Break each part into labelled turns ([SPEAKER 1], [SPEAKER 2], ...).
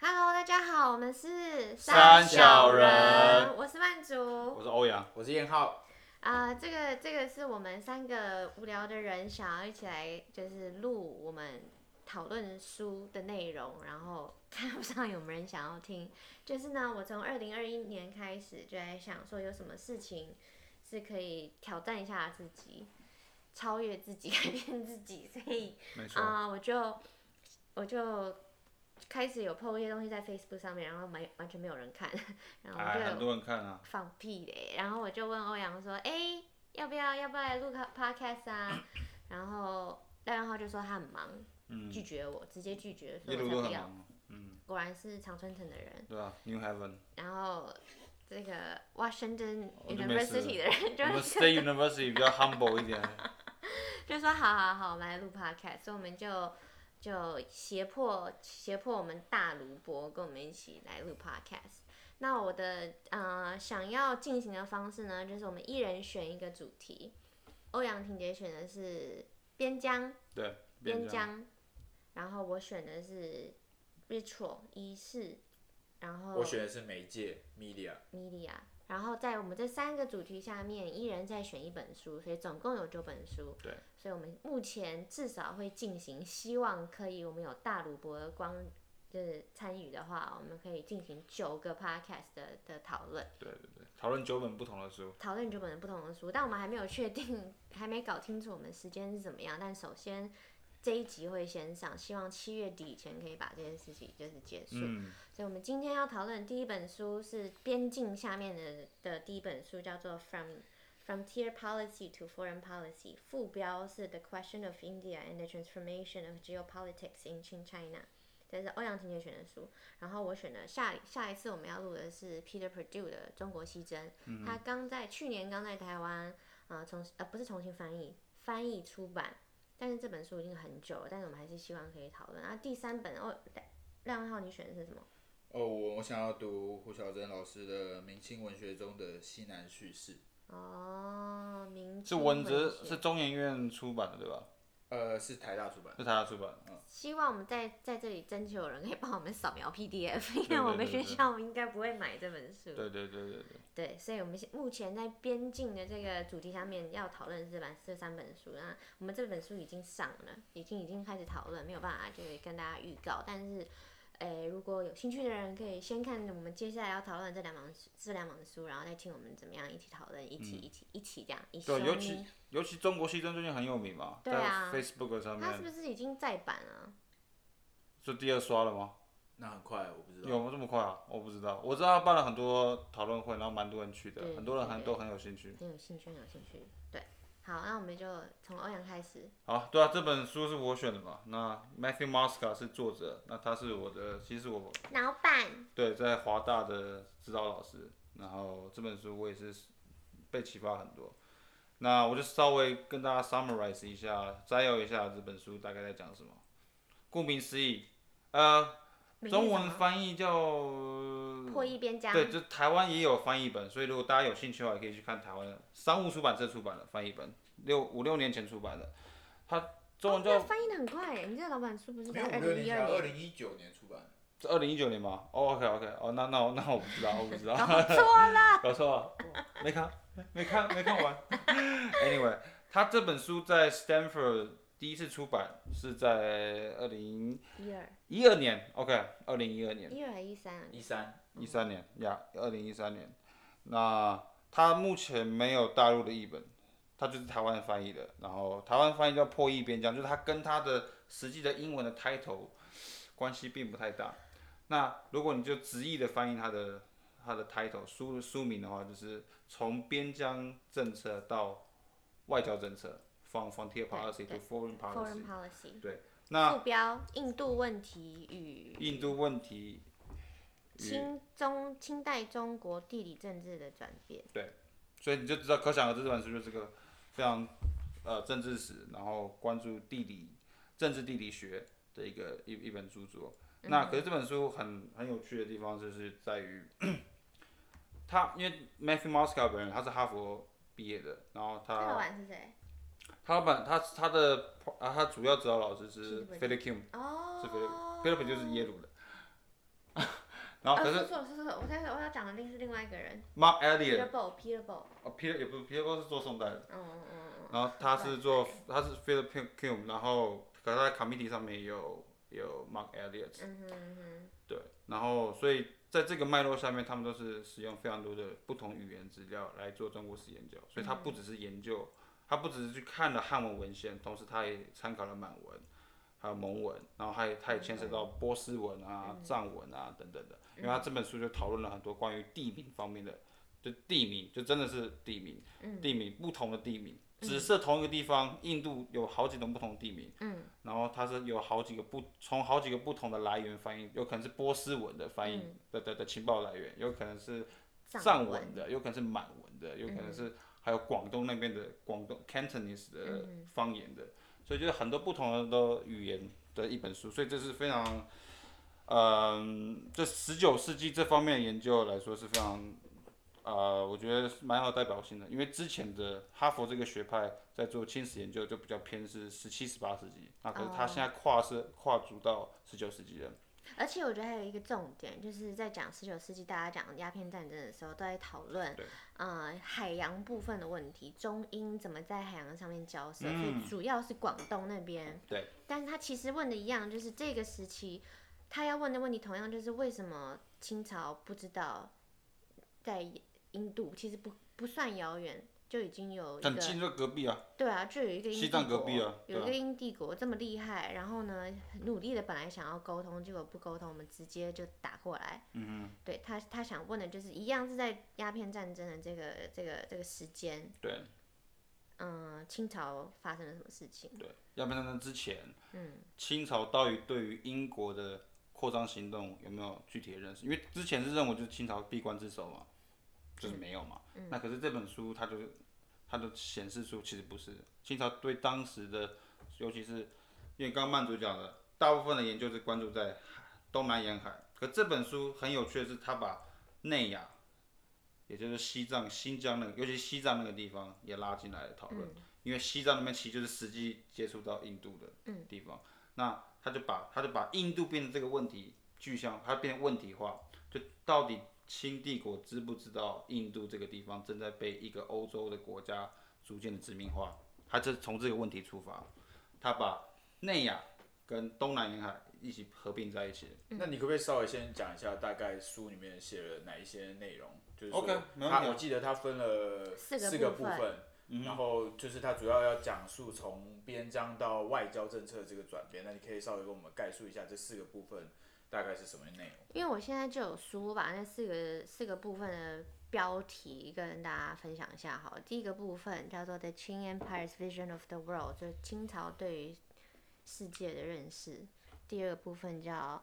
[SPEAKER 1] 好，我们是
[SPEAKER 2] 三
[SPEAKER 1] 小
[SPEAKER 2] 小人
[SPEAKER 1] 我是曼竹。
[SPEAKER 2] 我是欧阳，
[SPEAKER 3] 我是燕浩，
[SPEAKER 1] 啊、这个这个是我们三个无聊的人想要一起来，就是录我们讨论书的内容，然后 看不上有没有人想要听。就是呢，我从二零二一年开始就在想说，有什么事情是可以挑战一下自己，超越自己， 改变自己，所以
[SPEAKER 2] 没错，
[SPEAKER 1] 啊、我就我就开始有 PO 一些东西在 Facebook 上面，然后没完全没有人看， 然后
[SPEAKER 2] 哎，
[SPEAKER 1] 我
[SPEAKER 2] 很
[SPEAKER 1] 就
[SPEAKER 2] 多人看啊，
[SPEAKER 1] 放屁嘞，然后我就问欧阳说，哎、要不要要不要来录个 podcast 啊？然后赖元浩就说他很忙，
[SPEAKER 2] 嗯，
[SPEAKER 1] 拒绝我，直接拒绝，所
[SPEAKER 2] 一
[SPEAKER 1] 以我
[SPEAKER 2] 路都
[SPEAKER 1] 才不
[SPEAKER 2] 很
[SPEAKER 1] 要。
[SPEAKER 2] 忙，嗯，
[SPEAKER 1] 果然是常春藤的人，
[SPEAKER 2] 对啊 ，New Heaven，
[SPEAKER 1] 然后这个 Washington
[SPEAKER 2] 我哦就没事
[SPEAKER 1] University 的人就
[SPEAKER 2] 我们 State University 比较 humble 一点，
[SPEAKER 1] 就说好好好，我们来录 podcast，所以我们就就胁迫胁迫我们大卢伯跟我们一起来录 podcast。那我的呃想要进行的方式呢，就是我们一人选一个主题。欧阳婷姐选的是边疆，
[SPEAKER 2] 对，
[SPEAKER 1] 边
[SPEAKER 2] 边疆，
[SPEAKER 1] 疆，然后我选的是 ritual 仪式，然后
[SPEAKER 3] 我选的是媒介 media，
[SPEAKER 1] media，然后在我们这三个主题下面，一人再选一本书，所以总共有九本书。
[SPEAKER 2] 对，
[SPEAKER 1] 所以我们目前至少会进行，希望可以我们有大鲁伯的光就是参与的话，我们可以进行九个 podcast 的的讨论，
[SPEAKER 2] 对对对，讨论九本不同的书，
[SPEAKER 1] 讨论九本不同的书，但我们还没有确定， 还没搞清楚我们时间是怎么样。但首先这一集会先上，希望七月底以前可以把这件事情就是结束。
[SPEAKER 2] 嗯，
[SPEAKER 1] 所以，我们今天要讨论的第一本书是边境下面的的第一本书，叫做《From Frontier Policy to Foreign Policy》，副标是《The Question of India and the Transformation of Geopolitics in Qin China》，这是欧阳婷姐选的书。然后我选的下下一次我们要录的是 Peter Perdue 的《中国西征》，他刚在去年刚在台湾啊、呃重呃不是重新翻译，翻译出版。但是这本书已经很久了，但是我们还是希望可以讨论。然后第三本哦，亮浩你选的是什么？
[SPEAKER 3] 哦，我我想要读胡小珍老师的明清文学中的西南叙事，
[SPEAKER 1] 哦，明
[SPEAKER 2] 是
[SPEAKER 1] 清
[SPEAKER 2] 文字
[SPEAKER 1] 学
[SPEAKER 2] 是中研院出版的对吧？
[SPEAKER 3] 呃，是台大出版，
[SPEAKER 2] 是台大出版的，
[SPEAKER 1] 希望我们在在这里征求有人可以帮我们扫描 PDF，因为
[SPEAKER 2] 对对
[SPEAKER 1] 我们
[SPEAKER 2] 对
[SPEAKER 1] 学
[SPEAKER 2] 对
[SPEAKER 1] 校应该不会买这本书。
[SPEAKER 2] 对对对对对，
[SPEAKER 1] 对，所以我们现目前在边境的这个主题下面要讨论这本这三本书。那我们这本书已经上了，已经已经开始讨论，没有办法就是跟大家预告。但是，诶，如果有兴趣的人可以先看我们接下来要讨论的这两本书这两本书，然后再听我们怎么样一起讨论，一起、一起一起这样。一起
[SPEAKER 2] 嗯对
[SPEAKER 1] 收
[SPEAKER 2] 尤其
[SPEAKER 1] 咪
[SPEAKER 2] 尤其中国西征最近很有名嘛，
[SPEAKER 1] 对啊
[SPEAKER 2] 在 Facebook 上
[SPEAKER 1] 它是不
[SPEAKER 2] 面，
[SPEAKER 1] 是已经再版了？
[SPEAKER 2] 是第二刷了吗？
[SPEAKER 3] 那很快，我不知道。
[SPEAKER 2] 有吗？这么快啊？我不知道，我知道他办了很多讨论会，然后蛮多人去的
[SPEAKER 1] 对，
[SPEAKER 2] 很多人
[SPEAKER 1] 对
[SPEAKER 2] 很
[SPEAKER 1] 对
[SPEAKER 2] 都很有兴趣。
[SPEAKER 1] 很有兴趣，很有兴趣。对，好，那我们就从欧阳开始。
[SPEAKER 2] 好，对啊，这本书是我选的嘛。那 Matthew Mosca 是作者，那他是我的，其实我
[SPEAKER 1] 老板，
[SPEAKER 2] 对在华大的指导老师。然后这本书我也是被启发很多。那我就稍微跟大家 summarize 一下，摘要一下这本书大概在讲什么。顾名思义，呃，
[SPEAKER 1] 每天
[SPEAKER 2] 中
[SPEAKER 1] 什
[SPEAKER 2] 文
[SPEAKER 1] 么
[SPEAKER 2] 翻译叫
[SPEAKER 1] 破译边疆，
[SPEAKER 2] 对，就台湾也有翻译本，所以如果大家有兴趣的话，也可以去看台湾的商务出版社出版的翻译本，六五六年前出版的。它中文
[SPEAKER 1] 哦
[SPEAKER 2] 叫
[SPEAKER 1] 那翻译的很快耶。你这个老板书不是
[SPEAKER 3] 没
[SPEAKER 1] 在
[SPEAKER 3] 有，
[SPEAKER 1] 二
[SPEAKER 3] 五六
[SPEAKER 1] 零
[SPEAKER 3] 年
[SPEAKER 1] 一
[SPEAKER 3] 前，啊
[SPEAKER 1] 二
[SPEAKER 3] 二
[SPEAKER 1] 年？
[SPEAKER 3] 零一九年出版。
[SPEAKER 2] 是二零一九年吗？哦、o k OK，哦、那那我那我不知道，啊我不知道，
[SPEAKER 1] 搞错了，
[SPEAKER 2] 搞错了，没看没看没看完。anyway，他这本书在 Stanford 第一次出版是在二零
[SPEAKER 1] 一二
[SPEAKER 2] 一二年，OK，二零一二年。
[SPEAKER 1] 一二还一三啊，
[SPEAKER 3] 一三，
[SPEAKER 2] 一三年呀，二零一三年。那他目前没有大陆的译本，他就是台湾翻译的。然后台湾翻译叫《破译边疆》，就是他跟他的实际的英文的 title 关系并不太大。那如果你就直译的翻译他的他的 title 书书名的话，就是从边疆政策到外交政策，from frontier policy to
[SPEAKER 1] 对
[SPEAKER 2] foreign policy
[SPEAKER 1] ，Foreign。Policy。
[SPEAKER 2] 那
[SPEAKER 1] 副标：印度问题与
[SPEAKER 2] 印度问题与
[SPEAKER 1] 清中清代中国地理政治的转变。
[SPEAKER 2] 所以你就知道，可想而知这本书就是个非常呃政治史，然后关注地理、政治地理学的一个一一本著作。那可是这本书很很有趣的地方就是在于， 他因为 Matthew Moscow 本人他是哈佛毕业的，然后
[SPEAKER 1] 这老
[SPEAKER 2] 他
[SPEAKER 1] 板是谁？
[SPEAKER 2] 他本他他的啊他主要指导老师是
[SPEAKER 1] Philip
[SPEAKER 2] Philip Kim，
[SPEAKER 1] 哦
[SPEAKER 2] 是 Philip Philip 就是耶鲁的， 然
[SPEAKER 1] 哦
[SPEAKER 2] 后可
[SPEAKER 1] 说
[SPEAKER 2] 是
[SPEAKER 1] 错了，说错了，我在我要讲的另是另外一个人
[SPEAKER 2] Mark Elliott
[SPEAKER 1] ，Peter Bow，Peter Bow，
[SPEAKER 2] 哦 Peter 也不是 Peter Bow 是做宋代的，
[SPEAKER 1] 嗯嗯嗯嗯，
[SPEAKER 2] 然后他是做他是 Philip Kim- Kim，然后可是他在 committee 上面也有也有 Mark Elliott，
[SPEAKER 1] 嗯哼嗯哼，
[SPEAKER 2] 对，然后所以在这个脉络下面，他们都是使用非常多的不同语言资料来做中国史研究，所以他不只是研究，他不只是去看了汉文文献，同时他也参考了满文，还有蒙文，然后他也他也牵涉到波斯文啊、藏文啊等等的，因为他这本书就讨论了很多关于地名方面的，就地名，就真的是地名，地名不同的地名。只是同一个地方，印度有好几种不同的地名，然后它是有好几个不从好几个不同的来源翻译，有可能是波斯文的翻译的的的情报来源，有可能是藏文的，有可能是满文的，有可能是还有广东那边的广东 Cantonese 的方言的，所以就是很多不同的语言的一本书，所以这是非常，嗯、这十九世纪这方面的研究来说是非常。呃，我觉得是蛮有代表性的，因为之前的哈佛这个学派在做清史研究就比较偏是十七、十八世纪，那可是他现在跨是跨足到十九世纪了。
[SPEAKER 1] 而且我觉得还有一个重点，就是在讲十九世纪大家讲鸦片战争的时候，都在讨论
[SPEAKER 2] 对，
[SPEAKER 1] 呃，海洋部分的问题，中英怎么在海洋上面交涉，
[SPEAKER 2] 嗯
[SPEAKER 1] 所以主要是广东那边。
[SPEAKER 2] 对。
[SPEAKER 1] 但是他其实问的一样，就是这个时期他要问的问题同样，就是为什么清朝不知道在印度其实不不算遥远。就已经有一个
[SPEAKER 2] 很近就隔壁啊，
[SPEAKER 1] 对啊，就有一个英
[SPEAKER 2] 西
[SPEAKER 1] 帝
[SPEAKER 2] 藏隔
[SPEAKER 1] 国
[SPEAKER 2] 壁啊
[SPEAKER 1] 有一
[SPEAKER 2] 对
[SPEAKER 1] 个英帝国这么厉害，然后呢，努力的本来想要沟通，结果不沟通，我们直接就打过来。嗯对他，他想问的就是一样是在鸦片战争的这个这个这个时间，
[SPEAKER 2] 对
[SPEAKER 1] 嗯，清朝发生了什么事情？
[SPEAKER 2] 对，要不然那之前，嗯，清朝到底对于英国的扩张行动有没有具体的认识？因为之前是认为就是清朝闭关之守嘛，就是没有嘛。那可是这本书它就是它就显示出其实不是清朝对当时的，尤其是因为刚刚曼主讲的，大部分的研究是关注在海东南沿海，可这本书很有趣的是，它把内亚，也就是西藏、新疆那个，尤其西藏那个地方也拉进来讨论，因为西藏那边其实就是实际接触到印度的地方，那他就把他就把印度变成这个问题具象，它变成问题化，就到底清帝国知不知道印度这个地方正在被一个欧洲的国家逐渐的殖民化？他就从这个问题出发，他把内亚跟东南沿海一起合并在一起。
[SPEAKER 1] 嗯
[SPEAKER 3] 那你可不可以稍微先讲一下，大概书里面写了哪一些内容？就是说
[SPEAKER 2] OK，没问题
[SPEAKER 3] 它我记得它分了
[SPEAKER 1] 四个
[SPEAKER 3] 个
[SPEAKER 1] 部
[SPEAKER 3] 部
[SPEAKER 1] 分
[SPEAKER 3] 分，
[SPEAKER 2] 嗯
[SPEAKER 3] 然后就是它主要要讲述从边疆到外交政策这个转变。那你可以稍微给我们概述一下这四个部分大概是什么内容？
[SPEAKER 1] 因为我现在就有书，我把那四个四个部分的标题跟大家分享一下好了。第一个部分叫做《The Qing Empire's Vision of the World》，就是清朝对于世界的认识。第二个部分叫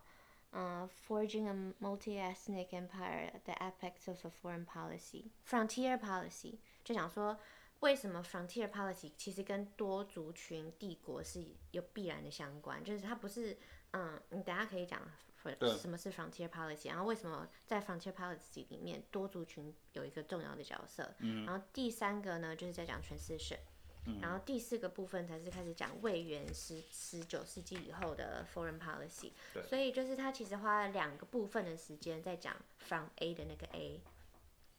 [SPEAKER 1] 嗯、Forging a Multi-Ethnic Empire: The Aspects of a Foreign Policy》（Frontier Policy），就想说为什么 Frontier Policy 其实跟多族群帝国是有必然的相关，就是它不是嗯，你等一下可以讲 fr-
[SPEAKER 2] 对
[SPEAKER 1] 什么是 Frontier Policy，然后为什么在 Frontier Policy 里面多族群有一个重要的角色，嗯、然后第三个呢就是在讲 transition。然后第四个部分才是开始讲魏源十十九世纪以后的 foreign policy，所以就是他其实花了两个部分的时间在讲 from A 的那个 A，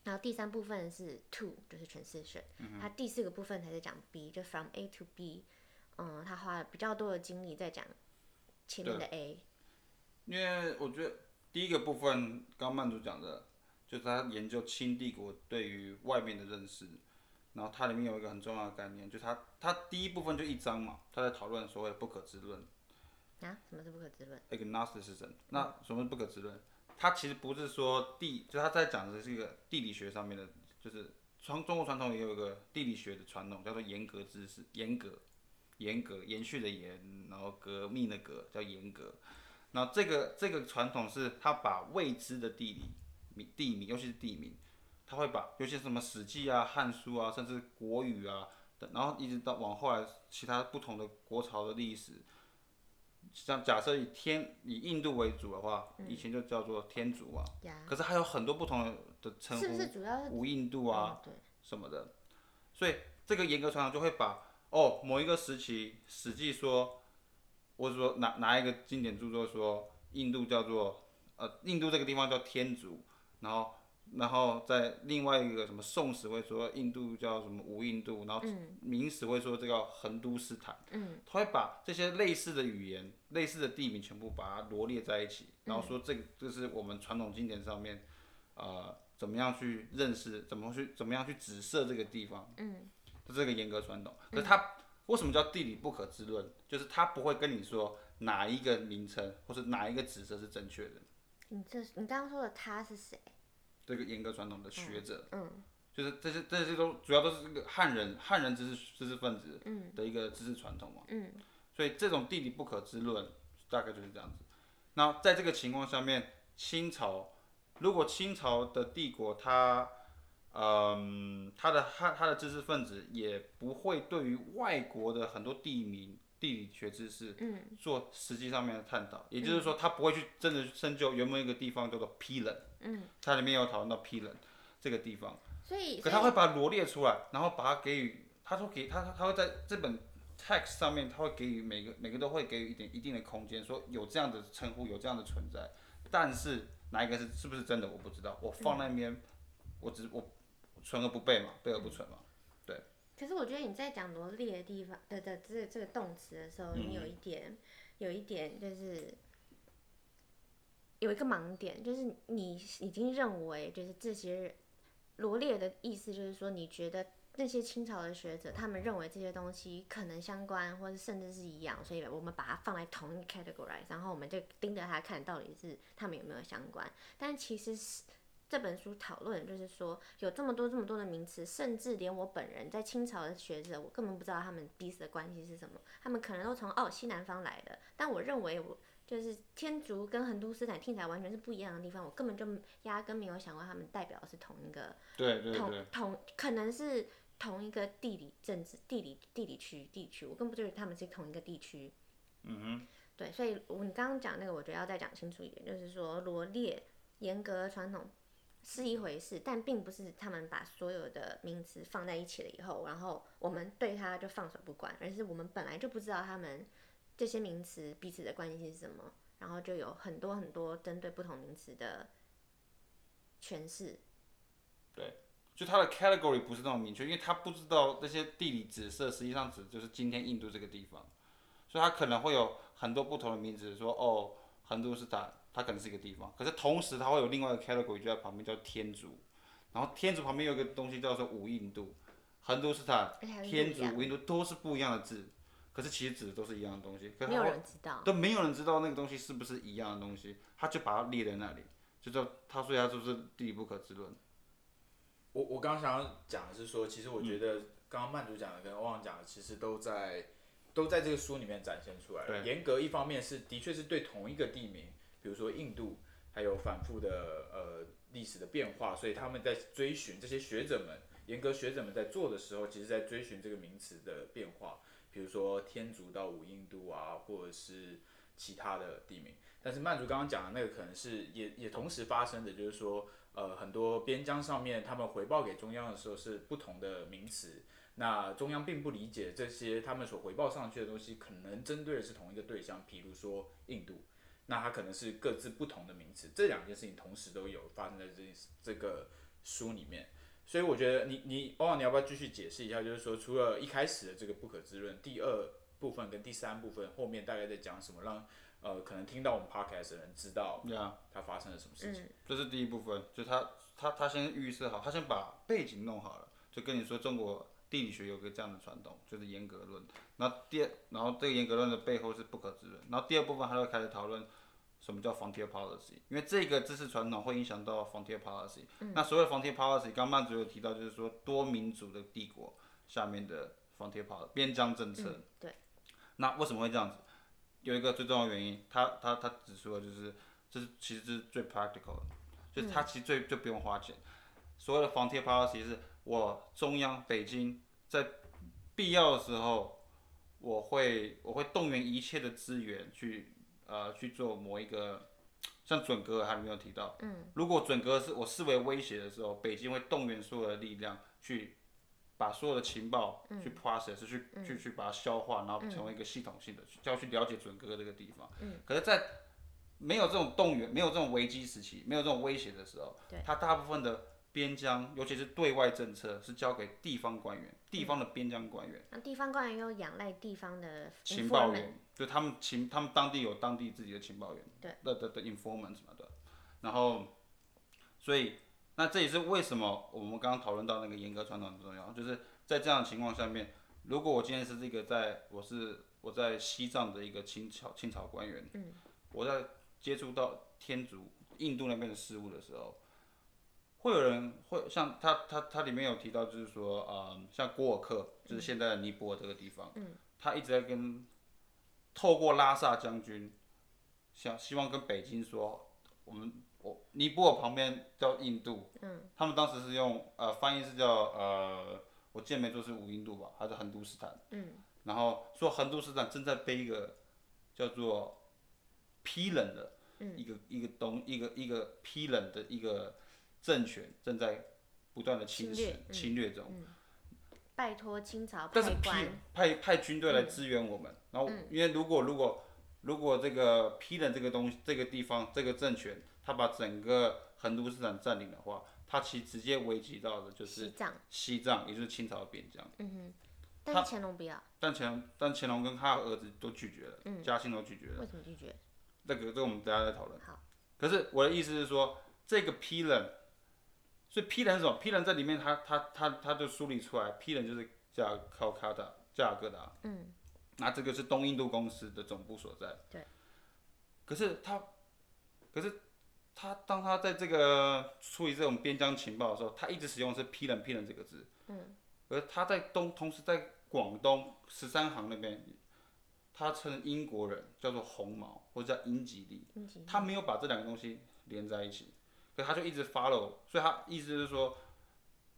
[SPEAKER 1] 然后第三部分是 to 就是 transition，、他第四个部分才是讲 B，就 from A to B，嗯，他花了比较多的精力在讲前面的 A，
[SPEAKER 2] 因为我觉得第一个部分，刚刚曼主讲的，就是他研究清帝国对于外面的认识，然后它里面有一个很重要的概念，就是他他第一部分就一章嘛，他在讨论所谓的不可知论。
[SPEAKER 1] 啊，什么是不可知论？
[SPEAKER 2] agnosticism。那什么是不可知论？它其实不是说地，就它在讲的是一个地理学上面的，就是传中国传统也有一个地理学的传统，叫做严格知识，严格，严格延续的严，然后革命的革叫严格。那这个这个传统是它把未知的地理名地名，尤其是地名，它会把尤其是什么《史记》啊、《汉书》啊，甚至国语啊，等然后一直到往后来其他不同的国朝的历史，像假设以天以印度为主的话，
[SPEAKER 1] 嗯
[SPEAKER 2] 以前就叫做天竺嘛。
[SPEAKER 1] 呀，
[SPEAKER 2] 可是还有很多不同的的称呼，
[SPEAKER 1] 是不是主要是
[SPEAKER 2] 无印度啊，
[SPEAKER 1] 嗯对，
[SPEAKER 2] 什么的，所以这个严格传统就会把哦某一个时期，《史记》说，或者说哪哪一个经典著作说印度叫做呃，印度这个地方叫天竺，然后然后在另外一个什么宋史会说印度叫什么无印度，然后明史会说这叫横都斯坦，嗯，他会把这些类似的语言、类似的地名全部把它罗列在一起，然后说这个这是我们传统经典上面，呃，怎么样去认识，怎么去怎么样去指涉这个地方，嗯，这是一个严格传统，可是它。为什么叫地理不可知论？就是他不会跟你说哪一个名称或是哪一个指涉是正确的。
[SPEAKER 1] 你这你刚刚说的他是谁？
[SPEAKER 2] 这个严格传统的学者，嗯，就是这些这些都主要都是这个汉人汉人知识知识分子的一个知识传统嘛，嗯，所以这种地理不可知论大概就是这样子。那在这个情况下面，清朝如果清朝的帝国它，嗯，它的汉它的知识分子也不会对于外国的很多地名。地理学知识，嗯，做实际上面的探讨，也就是说，他不会去真的去深究原本一个地方叫做批人。它里面有讨论到批人这个地方，
[SPEAKER 1] 所以
[SPEAKER 2] 可
[SPEAKER 1] 所
[SPEAKER 2] 他
[SPEAKER 1] 以
[SPEAKER 2] 会把它罗列出来，然后把它给予，他说给他他他会在这本 text 上面，他会给予每个每个都会给予一点一定的空间，说有这样的称呼，有这样的存在，但是哪一个是是不是真的我不知道，我放那边，我只我存而不备嘛，备而不存嘛，
[SPEAKER 1] 可是我觉得你在讲罗列的地方的的这这个动词的时候，你
[SPEAKER 2] 嗯
[SPEAKER 1] 有一点、有一点就是有一个盲点，就是你已经认为就是这些罗列的意思，就是说你觉得。那些清朝的学者，他们认为这些东西可能相关，或者甚至是一样，所以我们把它放在同一个 category，然后我们就盯着它看，到底是他们有没有相关。但其实是这本书讨论，就是说有这么多这么多的名词，甚至连我本人在清朝的学者，我根本不知道他们彼此的关系是什么。他们可能都从哦西南方来的，但我认为我就是天竺跟横都斯坦听起来完全是不一样的地方，我根本就压根没有想过他们代表的是同一个
[SPEAKER 2] 对对对
[SPEAKER 1] 同同可能是同一个地理政治地理地理区地区，我根本不觉得他们是同一个地区。嗯哼。对，所以我你刚刚讲那个，我觉得要再讲清楚一点，就是说罗列严格传统是一回事，但并不是他们把所有的名词放在一起了以后，然后我们对它就放手不管，而是我们本来就不知道他们这些名词彼此的关系是什么，然后就有很多很多针对不同名词的诠释。
[SPEAKER 2] 就它的 category 不是那么明确，因为他不知道那些地理指涉实际上指就是今天印度这个地方，所以它可能会有很多不同的名字，说哦，横都斯坦，它可能是一个地方，可是同时它会有另外一个 category 就在旁边叫天竺，然后天竺旁边有一个东西叫做无印度，横都斯坦、
[SPEAKER 1] 而且还是不
[SPEAKER 2] 天
[SPEAKER 1] 一
[SPEAKER 2] 竺、
[SPEAKER 1] 样
[SPEAKER 2] 无印度都是不一样的字，可是其实指的都是一样的东西，可是
[SPEAKER 1] 没
[SPEAKER 2] 它
[SPEAKER 1] 有
[SPEAKER 2] 会
[SPEAKER 1] 人知道。
[SPEAKER 2] 都没有人知道那个东西是不是一样的东西，他就把它列在那里，就叫他所以他就是地理不可知论。
[SPEAKER 3] 我我刚刚想要讲的是说，其实我觉得刚刚曼竹讲的跟汪汪讲的，其实都在都在这个书里面展现出来了。
[SPEAKER 2] 对
[SPEAKER 3] 严格一方面是的确是对同一个地名，比如说印度，还有反复的呃历史的变化，所以他们在追寻这些学者们，严格学者们在做的时候，其实在追寻这个名词的变化，比如说天竺到五印度啊，或者是其他的地名。但是曼竹刚刚讲的那个可能是也也同时发生的，就是说，呃，很多边疆上面他们回报给中央的时候是不同的名词，那中央并不理解这些他们所回报上去的东西，可能针对的是同一个对象，比如说印度，那它可能是各自不同的名词，这两件事情同时都有发生在这这个书里面。所以我觉得你你哦，你要不要继续解释一下？就是说，除了一开始的这个不可知论，第二部分跟第三部分后面大概在讲什么，让呃可能听到我们 podcast 的人知道
[SPEAKER 2] 对啊。
[SPEAKER 3] 它发生了什么
[SPEAKER 1] 嗯
[SPEAKER 3] 事情。
[SPEAKER 2] 这是第一部分，就他他他先预设好，他先把背景弄好了，就跟你说中国地理学有个这样的传统，就是严格论。那第二，然后这个严格论的背后是不可知论。然后第二部分，他就开始讨论什么叫 frontier policy，因为这个知识传统会影响到 frontier policy。那所谓的 frontier policy，刚刚曼主有提到，就是说多民族的帝国下面的 frontier policy 边疆政策。
[SPEAKER 1] 对。
[SPEAKER 2] 那为什么会这样子？有一个最重要的原因，他他他指出了就是，这是其实这是最 practical 的，就是他其实最最不用花钱。所谓的 frontier policy 是我中央北京在必要的时候，我会我会动员一切的资源去呃去做某一个，像准格尔他里面有提到，嗯，如果准格尔是我视为威胁的时候，北京会动员所有的力量去把所有的情报去 process、去去去把它消化，然后成为一个系统性的，就要去了解准格尔这个地方。嗯，可是，在没有这种动员，没有这种危机时期，没有这种威胁的时候
[SPEAKER 1] 对，
[SPEAKER 2] 它大部分的边疆，尤其是对外政策，是交给地方官员、地方的边疆官员、
[SPEAKER 1] 那地方官员又仰赖地方的
[SPEAKER 2] 情报
[SPEAKER 1] informant
[SPEAKER 2] 员，就他们情，他们当地有当地自己的情报员，
[SPEAKER 1] 对，
[SPEAKER 2] 的的的 informants 嘛，对。然后，所以那这也是为什么我们刚刚讨论到那个严格传统很重要，就是在这样的情况下面，如果我今天是这个在我是我在西藏的一个清朝清朝官员，嗯，我在接触到天竺印度那边的事物的时候，会有人会像他他他里面有提到，就是说呃，像郭尔克，就是现在的尼泊尔这个地方，嗯，他一直在跟透过拉萨将军，想希望跟北京说，我们我尼泊尔旁边叫印度，嗯，他们当时是用呃翻译是叫呃，我记得没错是五印度吧，还是横都斯坦，嗯，然后说横都斯坦正在被一个叫做批冷的。
[SPEAKER 1] 嗯
[SPEAKER 2] 一个一个东一个一个批冷的一个政权正在不断的侵
[SPEAKER 1] 侵
[SPEAKER 2] 蚀
[SPEAKER 1] 略、嗯
[SPEAKER 2] 侵略中，
[SPEAKER 1] 拜托清朝
[SPEAKER 2] 但是
[SPEAKER 1] 派
[SPEAKER 2] 批
[SPEAKER 1] 官，
[SPEAKER 2] 派派军队来支援我们，然后因为如果如果如果这个批冷这个东西这个地方这个政权，他把整个横都斯坦占领的话，他其实直接危及到的就是
[SPEAKER 1] 西藏，
[SPEAKER 2] 西藏，也就是清朝的边疆。
[SPEAKER 1] 但是乾隆不要，
[SPEAKER 2] 但乾但乾隆跟他儿子都拒绝了，嘉庆都拒绝了。
[SPEAKER 1] 为什么拒绝？
[SPEAKER 2] 这个这个我们等一下再讨论。
[SPEAKER 1] 好，
[SPEAKER 2] 可是我的意思是说，这个 P 人，所以 P 人是什么？P 人在里面他，他他他就梳理出来，P 人就是加靠卡达加尔各答，嗯，那这个是东印度公司的总部所在。
[SPEAKER 1] 对。
[SPEAKER 2] 可是他，可是他当他在这个处理这种边疆情报的时候，他一直使用的是 P 人 P 人这个字，嗯，而他在东同时在广东十三行那边他称英国人叫做红毛，或者叫英吉利，他没有把这两个东西连在一起，可他就一直 follow，所以他意思就是说，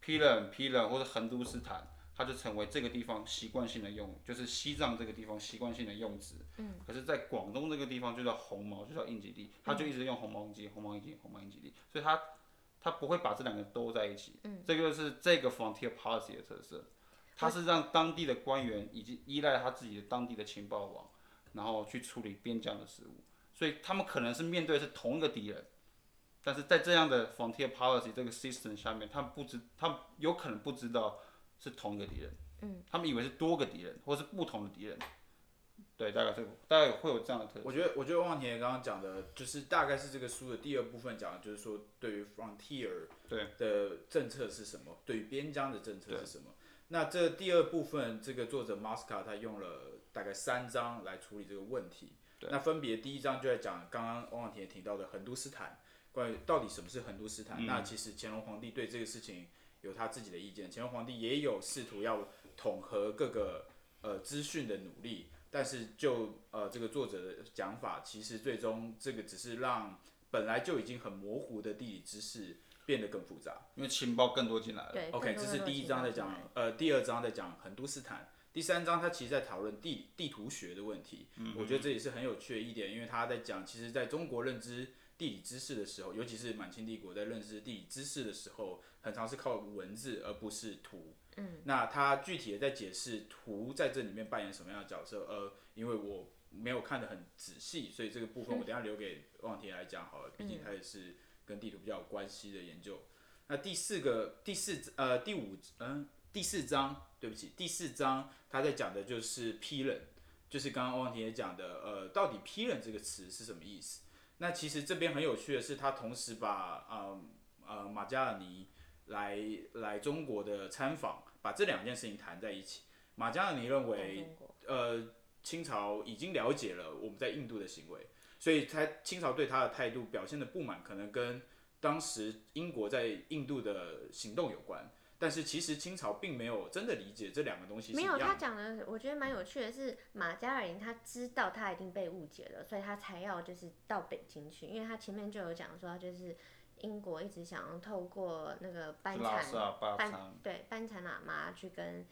[SPEAKER 2] 批冷批冷或者横都斯坦，他就成为这个地方习惯性的用，就是西藏这个地方习惯性的用词。嗯。可是，在广东这个地方就叫红毛，就叫英吉利，他就一直用红毛英吉利，红毛英吉利，红毛英吉利，所以他他不会把这两个都在一起。嗯。这个就是这个 frontier policy 的特色。他是让当地的官员以及依赖他自己的当地的情报网，然后去处理边疆的事务，所以他们可能是面对的是同一个敌人，但是在这样的 frontier policy 这个 system 下面，他们不知，他们有可能不知道是同一个敌人，嗯，他们以为是多个敌人或是不同的敌人，对，大概是大概会有这样的特
[SPEAKER 3] 我觉得，我觉得汪田刚刚讲的，就是大概是这个书的第二部分讲的，就是说对于 frontier
[SPEAKER 2] 对
[SPEAKER 3] 的政策是什么，对于边疆的政策是什么。那这第二部分，这个作者 Masca 他用了大概三章来处理这个问题。那分别第一章就在讲刚刚汪田提到的横都斯坦，关于到底什么是横都斯坦。那其实乾隆皇帝对这个事情有他自己的意见，乾隆皇帝也有试图要统合各个呃资讯的努力，但是就呃这个作者的讲法，其实最终这个只是让本来就已经很模糊的地理知识变得更复杂。
[SPEAKER 2] 因为情报更多进来了，
[SPEAKER 1] 对
[SPEAKER 3] OK，
[SPEAKER 1] 更
[SPEAKER 3] 这
[SPEAKER 1] 多
[SPEAKER 3] 是
[SPEAKER 1] 的
[SPEAKER 3] 第一
[SPEAKER 1] 情
[SPEAKER 3] 章
[SPEAKER 1] 报
[SPEAKER 3] 在
[SPEAKER 1] 进
[SPEAKER 3] 讲
[SPEAKER 1] 来，
[SPEAKER 3] 呃，第二章在讲横都斯坦，第三章它其实在讨论地地图学的问题。我觉得这也是很有趣的一点，因为他在讲，其实在中国认知地理知识的时候，尤其是满清帝国在认知地理知识的时候，很常是靠文字而不是图。嗯，那他具体的在解释图在这里面扮演什么样的角色？呃，因为我没有看得很仔细，所以这个部分我等一下留给望田来讲好了，毕竟他也是跟地图比较有关系的研究。那第四个第四呃第五嗯、第四章，对不起，第四章他在讲的就是批人，就是刚刚汪婷也讲的，呃，到底批人这个词是什么意思？那其实这边很有趣的是，他同时把呃呃马加尔尼来来中国的参访，把这两件事情谈在一起。马加尔尼认
[SPEAKER 1] 在
[SPEAKER 3] 为
[SPEAKER 1] 中国
[SPEAKER 3] 呃，清朝已经了解了我们在印度的行为，所以他清朝对他的态度表现的不满，可能跟当时英国在印度的行动有关。但是其实清朝并没有真的理解这两个东西是
[SPEAKER 1] 没
[SPEAKER 3] 一
[SPEAKER 1] 有，
[SPEAKER 3] 样
[SPEAKER 1] 他
[SPEAKER 3] 的。
[SPEAKER 1] 讲的我觉得蛮有趣的是，马加尔人他知道他已经被误解了，所以他才要就是到北京去，因为他前面就有讲说，就是英国一直想要透过那个班
[SPEAKER 2] 是拉
[SPEAKER 1] 禅
[SPEAKER 2] 萨、巴
[SPEAKER 1] 班
[SPEAKER 2] 昌，
[SPEAKER 1] 对班禅喇嘛去跟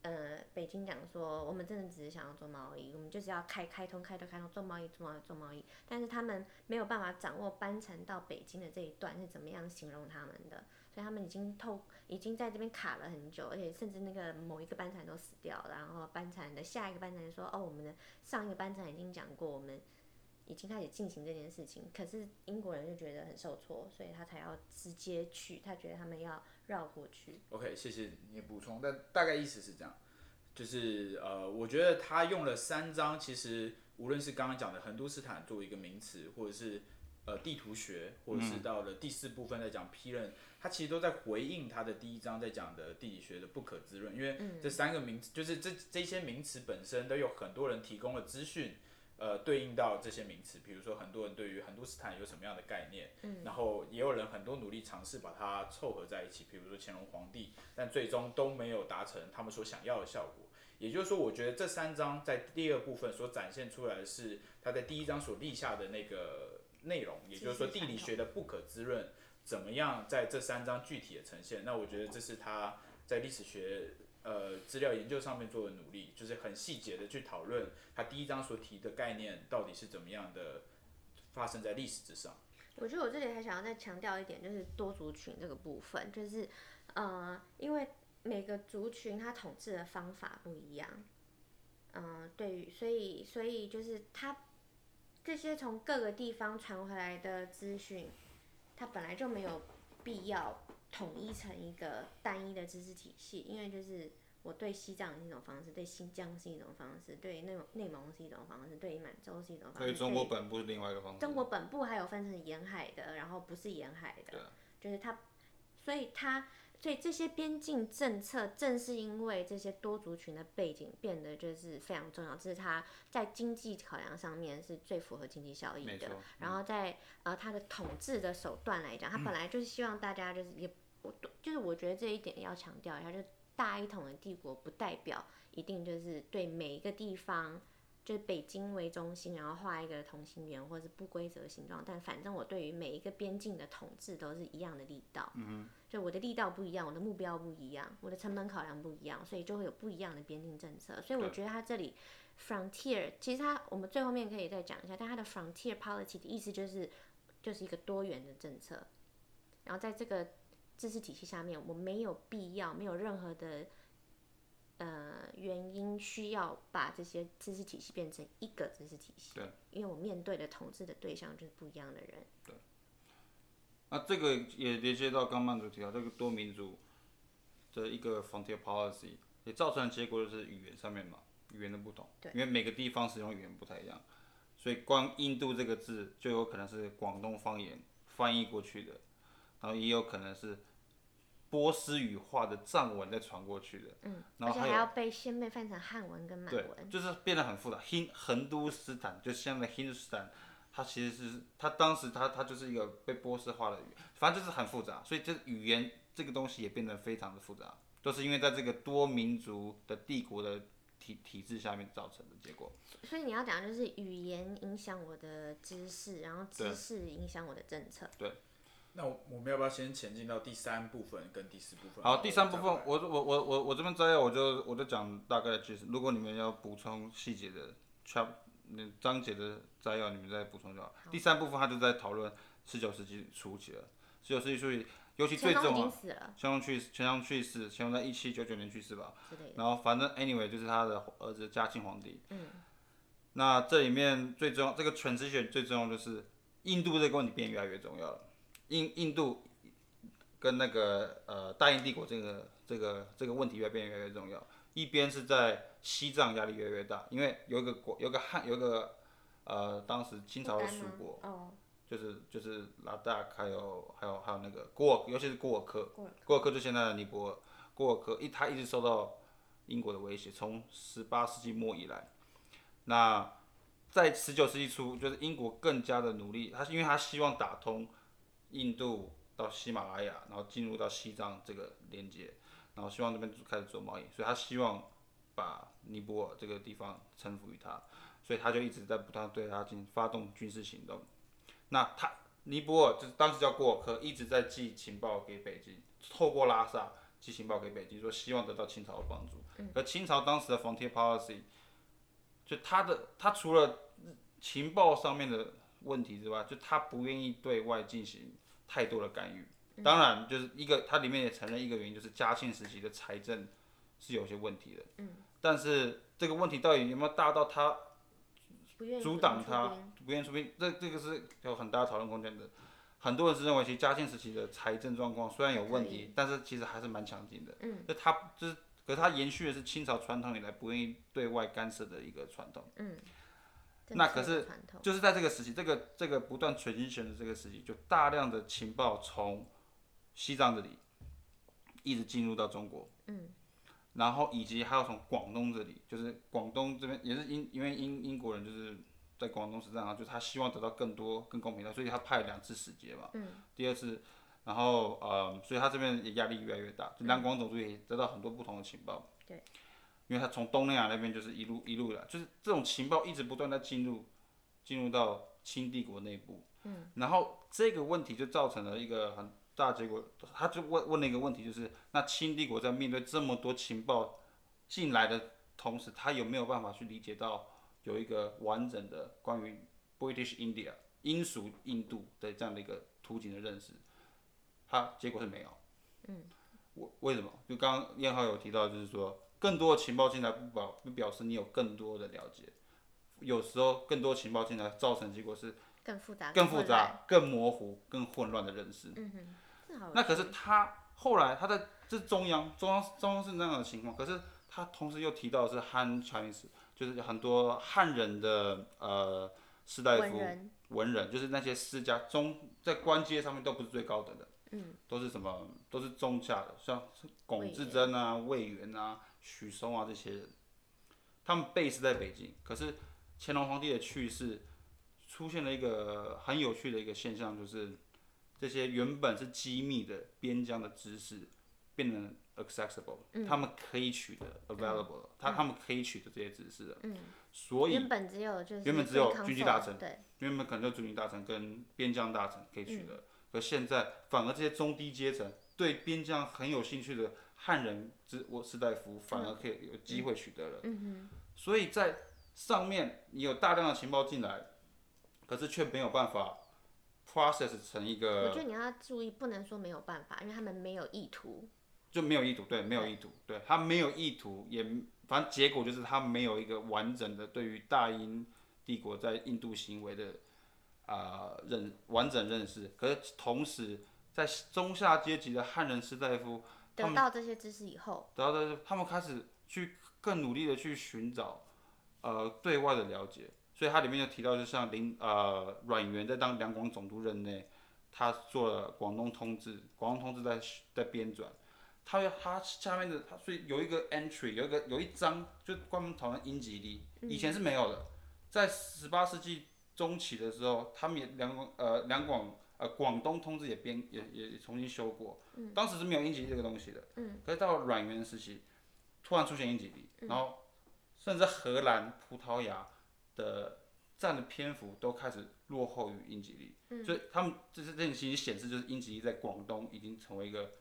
[SPEAKER 1] 呃北京讲说，我们真的只是想要做贸易，我们就是要开开通开通开通做贸易做贸易做贸易，但是他们没有办法掌握班禅到北京的这一段是怎么样形容他们的，所以他们已经透已经在这边卡了很久，而且甚至那个某一个班禅都死掉了，然后班禅的下一个班禅说，哦，我们的上一个班禅已经讲过，我们已经开始进行这件事情，可是英国人就觉得很受挫，所以他才要直接去，他觉得他们要绕过去。
[SPEAKER 3] OK，谢谢你的补充，但大概意思是这样，就是呃，我觉得他用了三张，其实无论是刚刚讲的横都斯坦作为一个名词，或者是呃地图学，或者是到了第四部分在讲批认，他其实都在回应他的第一章在讲的地理学的不可滋润，因为这三个名词，就是这这些名词本身都有很多人提供了资讯。呃，对应到这些名词，比如说很多人对于很多斯坦有什么样的概念，然后也有人很多努力尝试把它凑合在一起，比如说乾隆皇帝，但最终都没有达成他们所想要的效果。也就是说，我觉得这三章在第二部分所展现出来的是他在第一章所立下的那个内容，也就是说地理学的不可滋润怎么样在这三章具体的呈现。那我觉得这是他在历史学呃资料研究上面做的努力，就是很细节的去讨论他第一章所提的概念到底是怎么样的发生在历史之上。
[SPEAKER 1] 我觉得我这里还想要再强调一点，就是多族群这个部分，就是呃，因为每个族群它统治的方法不一样，嗯、对于所以所以就是它这些从各个地方传回来的资讯，它本来就没有必要统一成一个单一的知识体系，因为就是。我对西藏是一种方式，对新疆是一种方式，对内蒙内蒙是一种方式，对满洲是一种方式，
[SPEAKER 2] 所以中国本部是另外一个方式。
[SPEAKER 1] 中国本部还有分成沿海的，然后不是沿海的，就是它，所以它，所以这些边境政策正是因为这些多族群的背景变得就是非常重要，这是它在经济考量上面是最符合经济效益
[SPEAKER 2] 没
[SPEAKER 1] 的
[SPEAKER 2] 错。
[SPEAKER 1] 然后在呃它的统治的手段来讲，它本来就是希望大家就是也我就是我觉得这一点要强调一下，就是大一统的帝国不代表一定就是对每一个地方。就是北京为中心，然后画一个同心圆或者是不规则的形状，但反正我对于每一个边境的统治都是一样的力道。嗯就我的力道不一样，我的目标不一样，我的成本考量不一样，所以就会有不一样的边境政策。所以我觉得它这里 frontier，其实它我们最后面可以再讲一下，但它的 frontier policy 的意思就是就是一个多元的政策。然后在这个知识体系下面，我没有必要，没有任何的呃原因需要把这些知识体系变成一个知识体系，
[SPEAKER 2] 对，
[SPEAKER 1] 因为我面对的统治的对象就是不一样的人，
[SPEAKER 2] 那这个也连接到刚曼主提到这个多民族的一个 frontier policy，也造成的结果就是语言上面嘛，语言的不同，因为每个地方使用语言不太一样，所以光印度这个字就有可能是广东方言翻译过去的，然后也有可能是波斯语化的藏文再传过去的，嗯，然
[SPEAKER 1] 而
[SPEAKER 2] 后
[SPEAKER 1] 且
[SPEAKER 2] 还
[SPEAKER 1] 还
[SPEAKER 2] 有
[SPEAKER 1] 要被先被翻成汉文跟满
[SPEAKER 2] 对
[SPEAKER 1] 文，，
[SPEAKER 2] 就是变得很复杂。힌横都斯坦就现在的 Hindustan，它其实是它当时它它就是一个被波斯化的语言，反正就是很复杂，所以这语言这个东西也变得非常的复杂，都、是因为在这个多民族的帝国的体体制下面造成的结果。
[SPEAKER 1] 所以你要讲的就是语言影响我的知识，然后知识影响我的政策，
[SPEAKER 3] 那我我们要不要先前进到第三部分跟第四部分？
[SPEAKER 2] 好，第三部
[SPEAKER 3] 然
[SPEAKER 2] 分
[SPEAKER 3] 后，
[SPEAKER 2] 我我我我我这边摘要我就我就讲大概的句子，如果你们要补充细节的 chap 那章节的摘要，你们再补充就好。第三部分他就在讨论十九世纪初期了，十九世纪初期，尤其最
[SPEAKER 1] 乾
[SPEAKER 2] 重
[SPEAKER 1] 隆已
[SPEAKER 2] 要
[SPEAKER 1] 经，死了
[SPEAKER 2] 乾隆去世，乾隆去世，乾隆在一七九九年去世吧，
[SPEAKER 1] 之类的，
[SPEAKER 2] 然后反正 anyway 就是他的儿子嘉庆皇帝。嗯。那这里面最重要，这个 transition 最重要就是印度这个问题变越来越重要了。印印度跟那个呃大英帝国这个这个这个问题越变越来越重要。一边是在西藏压力越来越大，因为有一个国有一个汉有一个呃当时清朝的
[SPEAKER 1] 不丹
[SPEAKER 2] 属
[SPEAKER 1] 吗
[SPEAKER 2] 国，
[SPEAKER 1] 哦，
[SPEAKER 2] 就是就是拉达克，还有还有还有那个古尔，尤其是古尔克
[SPEAKER 1] 古尔，
[SPEAKER 2] 古尔克就现在的尼泊尔，古尔克一他一直受到英国的威胁，从十八世纪末以来，那在十九世纪初，就是英国更加的努力，他因为他希望打通印度到喜马拉雅，然后进入到西藏这个连接，然后希望这边开始做贸易，所以他希望把尼泊尔这个地方臣服于他，所以他就一直在不断地对他进行发动军事行动。那他尼泊尔就是当时叫郭尔克，一直在寄情报给北京，透过拉萨寄情报给北京，说希望得到清朝的帮助。而清朝当时的 frontier policy，就他的他除了情报上面的问题之外，就他不愿意对外进行太多的干预。当然，就是一个它里面也承认一个原因，就是嘉庆时期的财政是有些问题的。嗯。但是这个问题到底有没有大到他
[SPEAKER 1] 不愿意
[SPEAKER 2] 阻挡
[SPEAKER 1] 出
[SPEAKER 2] 他
[SPEAKER 1] 兵，
[SPEAKER 2] 不愿意出兵，这这个是有很大的讨论空间的。很多人是认为，其实嘉庆时期的财政状况虽然有问
[SPEAKER 1] 可
[SPEAKER 2] 题，但是其实还是蛮强劲的。
[SPEAKER 1] 嗯，
[SPEAKER 2] 就他就是，可是他延续的是清朝传统以来不愿意对外干涉的一个传统。
[SPEAKER 1] 嗯，
[SPEAKER 2] 那
[SPEAKER 1] 政
[SPEAKER 2] 可
[SPEAKER 1] 治
[SPEAKER 2] 是
[SPEAKER 1] 传统，
[SPEAKER 2] 就是在这个时期，这个这个不断 transition 的这个时期，就大量的情报从西藏这里一直进入到中国，
[SPEAKER 1] 嗯，
[SPEAKER 2] 然后以及还有从广东这里，就是广东这边也是因因为英英国人就是在广东实战上，就是他希望得到更多更公平的，所以他派两次使节嘛，
[SPEAKER 1] 嗯，
[SPEAKER 2] 第二次，然后呃，所以他这边也压力越来越大，就两广总督也得到很多不同的情报，
[SPEAKER 1] 嗯对，
[SPEAKER 2] 因为他从东南亚那边就是一路一路来，就是这种情报一直不断在进入进入到清帝国内部，嗯，然后这个问题就造成了一个很大结果，他就问问了一个问题，就是那清帝国在面对这么多情报进来的同时，他有没有办法去理解到有一个完整的关于 British India 英属印度的这样的一个图景的认识？他结果是没有。嗯，为为什么？就刚刚燕浩有提到，就是说更多的情报进来不表不表示你有更多的了解，有时候更多情报进来造成结果是
[SPEAKER 1] 更复杂，
[SPEAKER 2] 更复
[SPEAKER 1] 啊混乱，
[SPEAKER 2] 杂、更模糊、更混乱的认识。
[SPEAKER 1] 嗯哼，这好有
[SPEAKER 2] 那可
[SPEAKER 1] 趣
[SPEAKER 2] 是他后来他在这是中央中央中央是那样的情况，可是他同时又提到的是汉 Chinese，就是很多汉人的呃士大
[SPEAKER 1] 文
[SPEAKER 2] 夫
[SPEAKER 1] 人，
[SPEAKER 2] 文人，就是那些世家中在官阶上面都不是最高等的，嗯，都是什么都是中下的，像
[SPEAKER 1] 魏
[SPEAKER 2] 龚自珍啊、魏源啊、许嵩啊这些人，他们 base 在北京，可是乾隆皇帝的去世出现了一个很有趣的一个现象，就是这些原本是机密的边疆的知识变得 accessible，、他们可以取得 available，、了，他他们可以取得这些知识了，嗯，所以
[SPEAKER 1] 原本只有就是
[SPEAKER 2] 原本只
[SPEAKER 1] 对
[SPEAKER 2] 有
[SPEAKER 1] 抗
[SPEAKER 2] 军机
[SPEAKER 1] 宋
[SPEAKER 2] 大臣
[SPEAKER 1] 对，
[SPEAKER 2] 原本可能就军营大臣跟边疆大臣可以取得，
[SPEAKER 1] 嗯
[SPEAKER 2] 可现在反而这些中低阶层对边疆很有兴趣的汉人之我士大夫反而可以有机会取得了。
[SPEAKER 1] 嗯
[SPEAKER 2] 所以在上面你有大量的情报进来，可是却没有办法 process 成一
[SPEAKER 1] 哼，我觉
[SPEAKER 2] 个
[SPEAKER 1] 得你要注意，不能说没有办法，因为他们没有意图，
[SPEAKER 2] 就没有意图，对，没有意图，对他没有意图，也反正结果就是他没有一个完整的对于大英帝国在印度行为的啊、认完整认识。可是同时，在中下阶级的汉人士大夫，
[SPEAKER 1] 得到这些知识以后，
[SPEAKER 2] 然后啊他们开始去更努力的去寻找呃对外的了解，所以它里面就提到，就像林呃阮元在当两广总督任内，他做了广东通志，广东通志在在编纂，他他下面的他所以有一个 entry 有一个有一章就专门讨论英吉利，
[SPEAKER 1] 嗯
[SPEAKER 2] 以前是没有的，在十八世纪中期的时候，他们也两广呃两广呃广东通志也编也也也重新修过，
[SPEAKER 1] 嗯
[SPEAKER 2] 当时是没有英吉利这个东西的，可是到阮元时期，突然出现英吉利，然后甚至荷兰、葡萄牙的占的篇幅都开始落后于英吉利，所以他们这是这件事情显示，就是英吉利在广东已经成为一个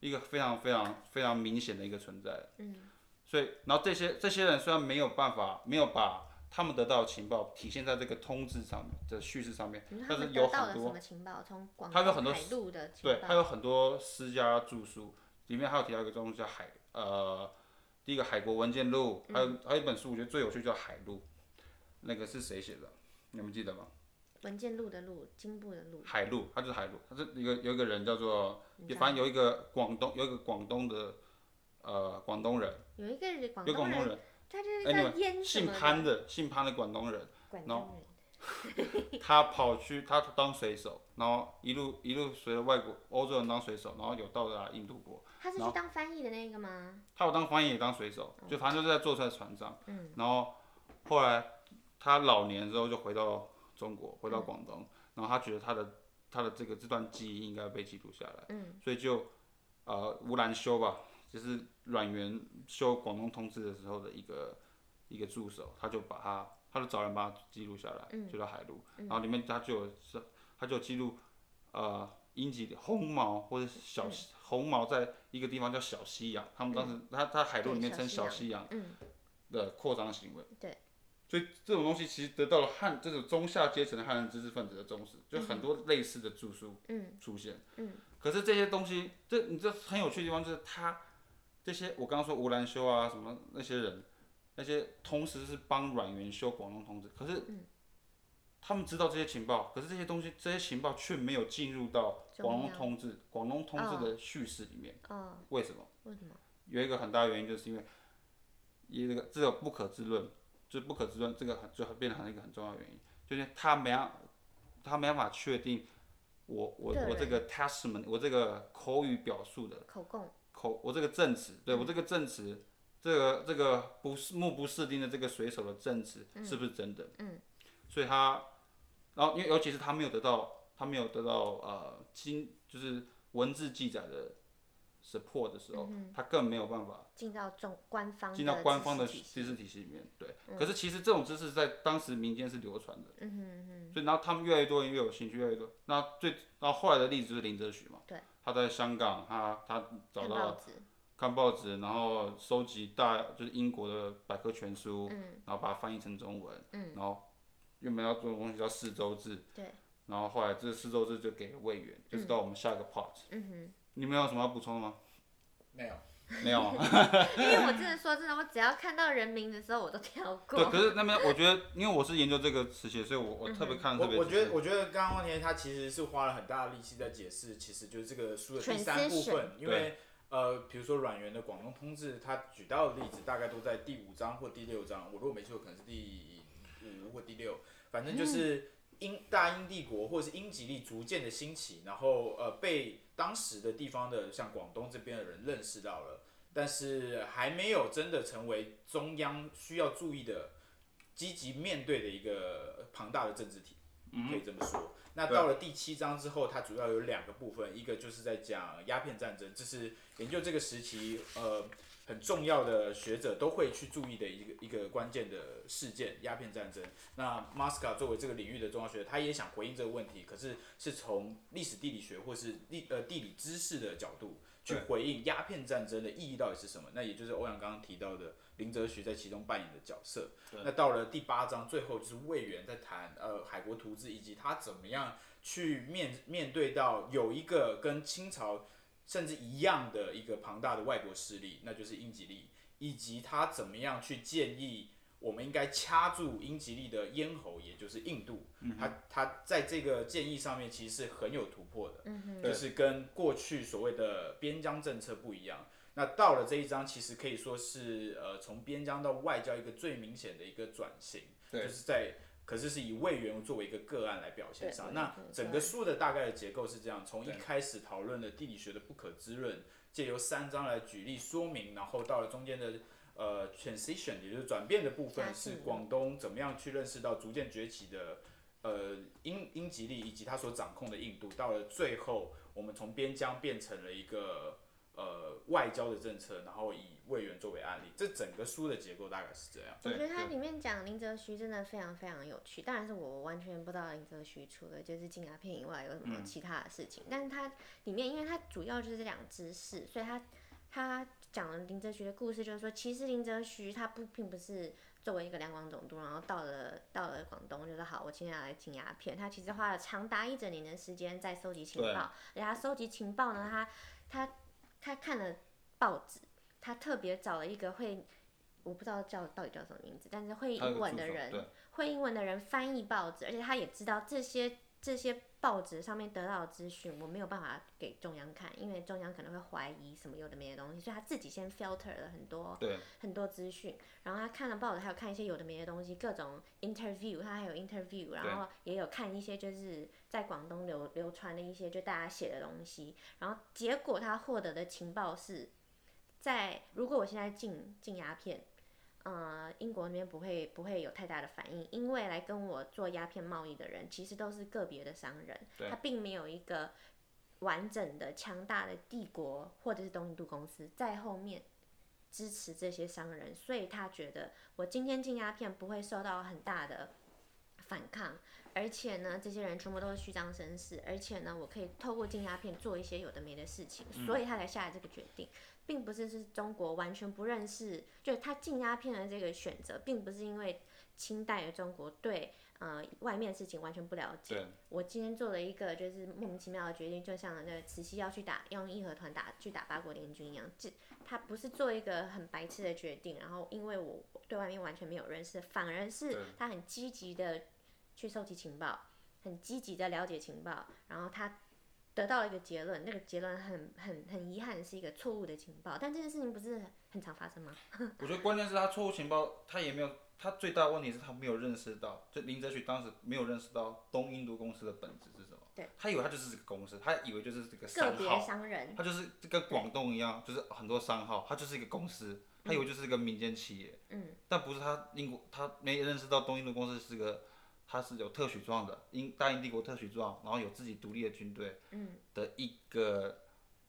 [SPEAKER 2] 一个非常非常非常明显的一个存在。
[SPEAKER 1] 嗯，
[SPEAKER 2] 所以，然后这些这些人虽然没有办法，没有把他们得到的情报体现在这个通知上面的叙事上面
[SPEAKER 1] 你说，他
[SPEAKER 2] 但
[SPEAKER 1] 们
[SPEAKER 2] 是
[SPEAKER 1] 得
[SPEAKER 2] 有
[SPEAKER 1] 到
[SPEAKER 2] 很
[SPEAKER 1] 了什
[SPEAKER 2] 多
[SPEAKER 1] 么情报？从广
[SPEAKER 2] 他有
[SPEAKER 1] 东
[SPEAKER 2] 很多
[SPEAKER 1] 海路的情
[SPEAKER 2] 对，
[SPEAKER 1] 报，
[SPEAKER 2] 它有很多私家著述，里面还有提到一个东西叫海，呃，第一个海国文件录，还有、
[SPEAKER 1] 嗯
[SPEAKER 2] 还有一本书，我觉得最有趣叫《海录》，那个是谁写的？你们记得吗？
[SPEAKER 1] 文件录的录，经部的录，
[SPEAKER 2] 海路，他就是海路，他是一个有一个人叫做，
[SPEAKER 1] 你知道
[SPEAKER 2] 反正有一个广东有一个广东的，呃，广东人，
[SPEAKER 1] 有一个广
[SPEAKER 2] 有
[SPEAKER 1] 东
[SPEAKER 2] 广东
[SPEAKER 1] 人，
[SPEAKER 2] 人，
[SPEAKER 1] 他就是
[SPEAKER 2] 哎你
[SPEAKER 1] 叫
[SPEAKER 2] 们
[SPEAKER 1] 淹什
[SPEAKER 2] 姓
[SPEAKER 1] 么
[SPEAKER 2] 潘
[SPEAKER 1] 的，
[SPEAKER 2] 的，姓潘的广东人，
[SPEAKER 1] 广
[SPEAKER 2] 然
[SPEAKER 1] 东人，
[SPEAKER 2] 他跑去他当水手，然后一路一路随着外国欧洲人当水手，然后有到达印度国。
[SPEAKER 1] 他是
[SPEAKER 2] 然
[SPEAKER 1] 去
[SPEAKER 2] 后
[SPEAKER 1] 当翻译的那个吗？
[SPEAKER 2] 他有当翻译也当水手，就反正就是在坐在船上。然后后来他老年之后就回到中国，回到广东，然后他觉得他的他的这个这段记忆应该被记录下来，
[SPEAKER 1] 嗯
[SPEAKER 2] 所以就呃吴兰修吧，就是阮元修广东通志的时候的一个一个助手，他就把他他就找人把他记录下来，
[SPEAKER 1] 嗯
[SPEAKER 2] 就叫海陆，然后里面他就有是他就有记录呃英吉利红毛或者小、
[SPEAKER 1] 嗯
[SPEAKER 2] 红毛在一个地方叫小西洋，他们当时、他他海陆里面
[SPEAKER 1] 对
[SPEAKER 2] 称
[SPEAKER 1] 小
[SPEAKER 2] 小
[SPEAKER 1] 西
[SPEAKER 2] 西洋
[SPEAKER 1] 嗯，
[SPEAKER 2] 的扩张行为。
[SPEAKER 1] 对。
[SPEAKER 2] 所以这种东西其实得到了汉这种中下阶层的汉人知识分子的重视，就很多类似的著述
[SPEAKER 1] 嗯
[SPEAKER 2] 出现。
[SPEAKER 1] 嗯。
[SPEAKER 2] 可是这些东西，这你这很有趣的地方就是他这些我刚刚说吴兰修啊什么那些人，那些同时是帮阮元修广东童子，可是他们知道这些情报，可是这些东西这些情报却没有进入到
[SPEAKER 1] 中
[SPEAKER 2] 广东
[SPEAKER 1] 央
[SPEAKER 2] 通志广东通志的叙事里面，
[SPEAKER 1] 哦，
[SPEAKER 2] 为什么？
[SPEAKER 1] 为什么？
[SPEAKER 2] 有一个很大原因，就是因为一这个这个不可知论，就是不可知论这个很就很变成一个很重要的原因，就是他没有他没办法确定我我
[SPEAKER 1] 个
[SPEAKER 2] 我这
[SPEAKER 1] 人
[SPEAKER 2] 个 testament 我这个口语表述的
[SPEAKER 1] 口供，
[SPEAKER 2] 口我这个证词，对
[SPEAKER 1] 嗯
[SPEAKER 2] 我这个证词，这个这个不是目不识丁的这个水手的证词是不是真的？嗯，所以他，然后因为尤其是他没有得到他没有得到呃经就是文字记载的 support 的时候，
[SPEAKER 1] 嗯
[SPEAKER 2] 他更没有办法
[SPEAKER 1] 进到中官方
[SPEAKER 2] 进到官方的
[SPEAKER 1] 知识体系
[SPEAKER 2] 知识体系里面。对，可是其实这种知识在当时民间是流传的，
[SPEAKER 1] 嗯哼嗯
[SPEAKER 2] 所以然后他们越来越多人越有兴趣，越来越多。那最然后后来的例子就是林则徐嘛，
[SPEAKER 1] 对，
[SPEAKER 2] 他在香港，他他
[SPEAKER 1] 哼，
[SPEAKER 2] 找
[SPEAKER 1] 看
[SPEAKER 2] 到
[SPEAKER 1] 报纸，
[SPEAKER 2] 看报纸，然后收集大就是英国的百科全书，
[SPEAKER 1] 嗯
[SPEAKER 2] 然后把它翻译成中文，然后原本要做的东西叫四周志，
[SPEAKER 1] 对，
[SPEAKER 2] 然后后来这四周志就给魏源，就是到我们下一个 part。
[SPEAKER 1] 嗯哼。
[SPEAKER 2] 你们有什么要补充的吗？
[SPEAKER 3] 没有，
[SPEAKER 2] 没 有啊。
[SPEAKER 1] 因为我真的说真的，我只要看到人名的时候，我都跳
[SPEAKER 2] 对，
[SPEAKER 1] 过。嗯
[SPEAKER 2] 可是那边我觉得，因为我是研究这个词写，所以我我特别看得
[SPEAKER 3] 我
[SPEAKER 2] 特别
[SPEAKER 3] 我
[SPEAKER 2] 仔
[SPEAKER 3] 觉得
[SPEAKER 2] 细
[SPEAKER 3] 我觉得刚刚汪天他其实是花了很大的力气在解释，其实就是这个书的第三部
[SPEAKER 1] Transition
[SPEAKER 3] 分，因为呃，比如说阮元的《广东通志》，他举到的例子大概都在第五章或第六章，我如果没记错，可能是第五或第六，反正就是英、大英帝国或者是英吉利逐渐的兴起，然后呃被当时的地方的像广东这边的人认识到了，但是还没有真的成为中央需要注意的。积极面对的一个庞大的政治体，可以这么说。那到了第七章之后，它主要有两个部分，一个就是在讲鸦片战争，这是研究这个时期呃很重要的学者都会去注意的一个一个关键的事件——鸦片战争。那 Mosca 作为这个领域的重要学者，他也想回应这个问题，可是是从历史地理学或是地呃地理知识的角度去
[SPEAKER 2] 对
[SPEAKER 3] 回应鸦片战争的意义到底是什么。那也就是欧阳刚刚提到的林则徐在其中扮演的角色。那到了第八章最后，就是魏源在谈呃海国图志以及他怎么样去面面对到有一个跟清朝甚至一样的一个庞大的外国势力，那就是英吉利，以及他怎么样去建议我们应该掐住英吉利的咽喉，也就是印度。他他在这个建议上面其实是很有突破的，就是跟过去所谓的边疆政策不一样。那到了这一章，其实可以说是呃从边疆到外交一个最明显的一个转型，
[SPEAKER 2] 对
[SPEAKER 3] 就是在可是是以魏源作为一个个案来表现上。
[SPEAKER 1] 对
[SPEAKER 3] 那
[SPEAKER 1] 对对
[SPEAKER 3] 整个书的大概的结构是这样：从一开始讨论的地理学的不可知论，借由三章来举例说明，然后到了中间的呃 transition，也就是转变的部
[SPEAKER 1] 加
[SPEAKER 3] 分
[SPEAKER 1] 速
[SPEAKER 3] 是广东怎么样去认识到逐渐崛起的呃英英吉利以及他所掌控的印度，到了最后，我们从边疆变成了一个呃外交的政策，然后以魏源作为案例，这整个书的结构大概是这样。
[SPEAKER 1] 我
[SPEAKER 2] 对
[SPEAKER 1] 觉得它
[SPEAKER 2] 对
[SPEAKER 1] 里面讲林则徐真的非常非常有趣，当然是我完全不知道林则徐除了就是禁鸦片以外有什
[SPEAKER 2] 嗯
[SPEAKER 1] 么其他的事情，但是它里面因为它主要就是两知识，所以它它讲了林则徐的故事，就是说其实林则徐他不并不是作为一个两广总督，然后到了到了广东就是好，我今天要来禁鸦片，他其实花了长达一整年的时间在搜集情
[SPEAKER 2] 对
[SPEAKER 1] 报，而且他搜集情报呢，他他他看了报纸，他特别找了一个会。我不知道叫到底叫什么名字，但是会
[SPEAKER 2] 他有
[SPEAKER 1] 英
[SPEAKER 2] 个
[SPEAKER 1] 文
[SPEAKER 2] 助
[SPEAKER 1] 的
[SPEAKER 2] 手
[SPEAKER 1] 人
[SPEAKER 2] 对，
[SPEAKER 1] 会英文的人翻译报纸，而且他也知道这些这些报纸上面得到的资讯，我没有办法给中央看，因为中央可能会怀疑什么有的没的东西，所以他自己先 filter 了很多
[SPEAKER 2] 对
[SPEAKER 1] 很多资讯，然后他看了报纸，还有看一些有的没的东西，各种 interview，他还有 interview，然后也有看一些就是在广东流流传的一些就大家写的东西，然后结果他获得的情报是，在如果我现在进进鸦片，呃，英国那边不会不会有太大的反应，因为来跟我做鸦片贸易的人其实都是个别的商人，
[SPEAKER 2] 对
[SPEAKER 1] 他并没有一个完整的强大的帝国或者是东印度公司在后面支持这些商人，所以他觉得我今天进鸦片不会受到很大的反抗，而且呢，这些人全部都是虚张声势，而且呢，我可以透过进鸦片做一些有的没的事情，所以他才下了这个决定，并不是是中国完全不认识，就是他进鸦片的这个选择，并不是因为清代的中国对呃外面的事情完全不了解。
[SPEAKER 2] 对，
[SPEAKER 1] 我今天做了一个就是莫名其妙的决定，就像那个慈禧要去打用义和团打去打八国联军一样，这他不是做一个很白痴的决定，然后因为我对外面完全没有认识，反而是
[SPEAKER 2] 对
[SPEAKER 1] 他很积极的去收集情报，很积极的了解情报，然后他得到了一个结论，那个结论很很很遗憾是一个错误的情报，但这件事情不是很常发生吗？
[SPEAKER 2] 我觉得关键是他错误情报，他也没有，他最大的问题是他没有认识到，就林则徐当时没有认识到东印度公司的本质是什么。
[SPEAKER 1] 对，
[SPEAKER 2] 他以为他就是这个公司，他以为就是这个
[SPEAKER 1] 个
[SPEAKER 2] 商
[SPEAKER 1] 别
[SPEAKER 2] 号，
[SPEAKER 1] 商人，
[SPEAKER 2] 他就是跟广东一样，就是很多商号，他就是一个公司，他以为就是一个民间企业。
[SPEAKER 1] 嗯，
[SPEAKER 2] 但不是他英国，他没认识到东印度公司是个，他是有特许状的，英大英帝国特许状，然后有自己独立的军队，
[SPEAKER 1] 嗯，
[SPEAKER 2] 的一个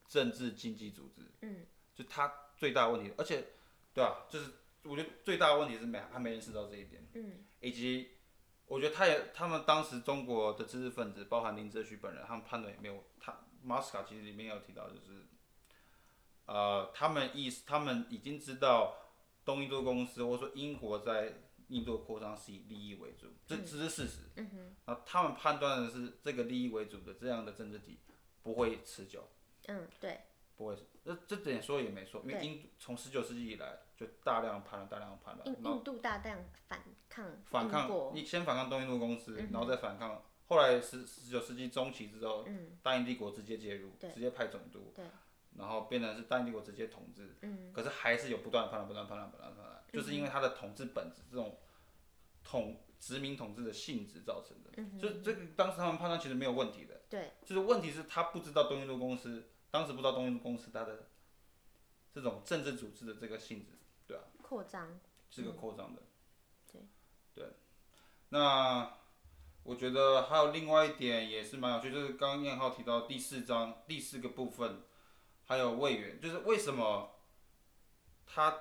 [SPEAKER 2] 政治经济组织，
[SPEAKER 1] 嗯，
[SPEAKER 2] 就他最大的问题，而且，对啊，就是我觉得最大的问题是没他没认识到这一点，
[SPEAKER 1] 嗯，
[SPEAKER 2] 以及我觉得他也他们当时中国的知识分子，包含林则徐本人，他们判断也没有他马斯卡其实里面有提到就是。呃，他们意识他们已经知道东印度公司或者说英国在印度的扩张是以利益为主，这这是事实。嗯哼。然后他们判断的是这个利益为主的这样的政治体不会持久，
[SPEAKER 1] 嗯，对，
[SPEAKER 2] 不会。这这点说也没错，因为
[SPEAKER 1] 对
[SPEAKER 2] 英从十九世纪以来就大量叛乱，大量叛
[SPEAKER 1] 印
[SPEAKER 2] 乱，然后
[SPEAKER 1] 印度大量反抗
[SPEAKER 2] 反
[SPEAKER 1] 英国
[SPEAKER 2] 抗，你先反抗东印度公司，
[SPEAKER 1] 嗯
[SPEAKER 2] 然后再反抗。后来十十九世纪中期之后，大英帝国直接介入，
[SPEAKER 1] 嗯对
[SPEAKER 2] 直接派总督
[SPEAKER 1] 对，
[SPEAKER 2] 然后变成是大英帝国直接统治。
[SPEAKER 1] 嗯
[SPEAKER 2] 可是还是有不断的叛乱、不断地叛乱、不断地叛乱，就是因为它的统治本质这种统殖民统治的性质造成的。
[SPEAKER 1] 嗯
[SPEAKER 2] 所以这个当时他们判断其实没有问题的，
[SPEAKER 1] 对，
[SPEAKER 2] 就是问题是他不知道东印度公司当时不知道东印度公司它的这种政治组织的这个性质，对啊，
[SPEAKER 1] 扩张，
[SPEAKER 2] 是个扩张的。
[SPEAKER 1] 对
[SPEAKER 2] 对，那。我觉得还有另外一点也是蛮有趣，就是刚刚燕浩提到第四章第四个部分，还有魏源，就是为什么他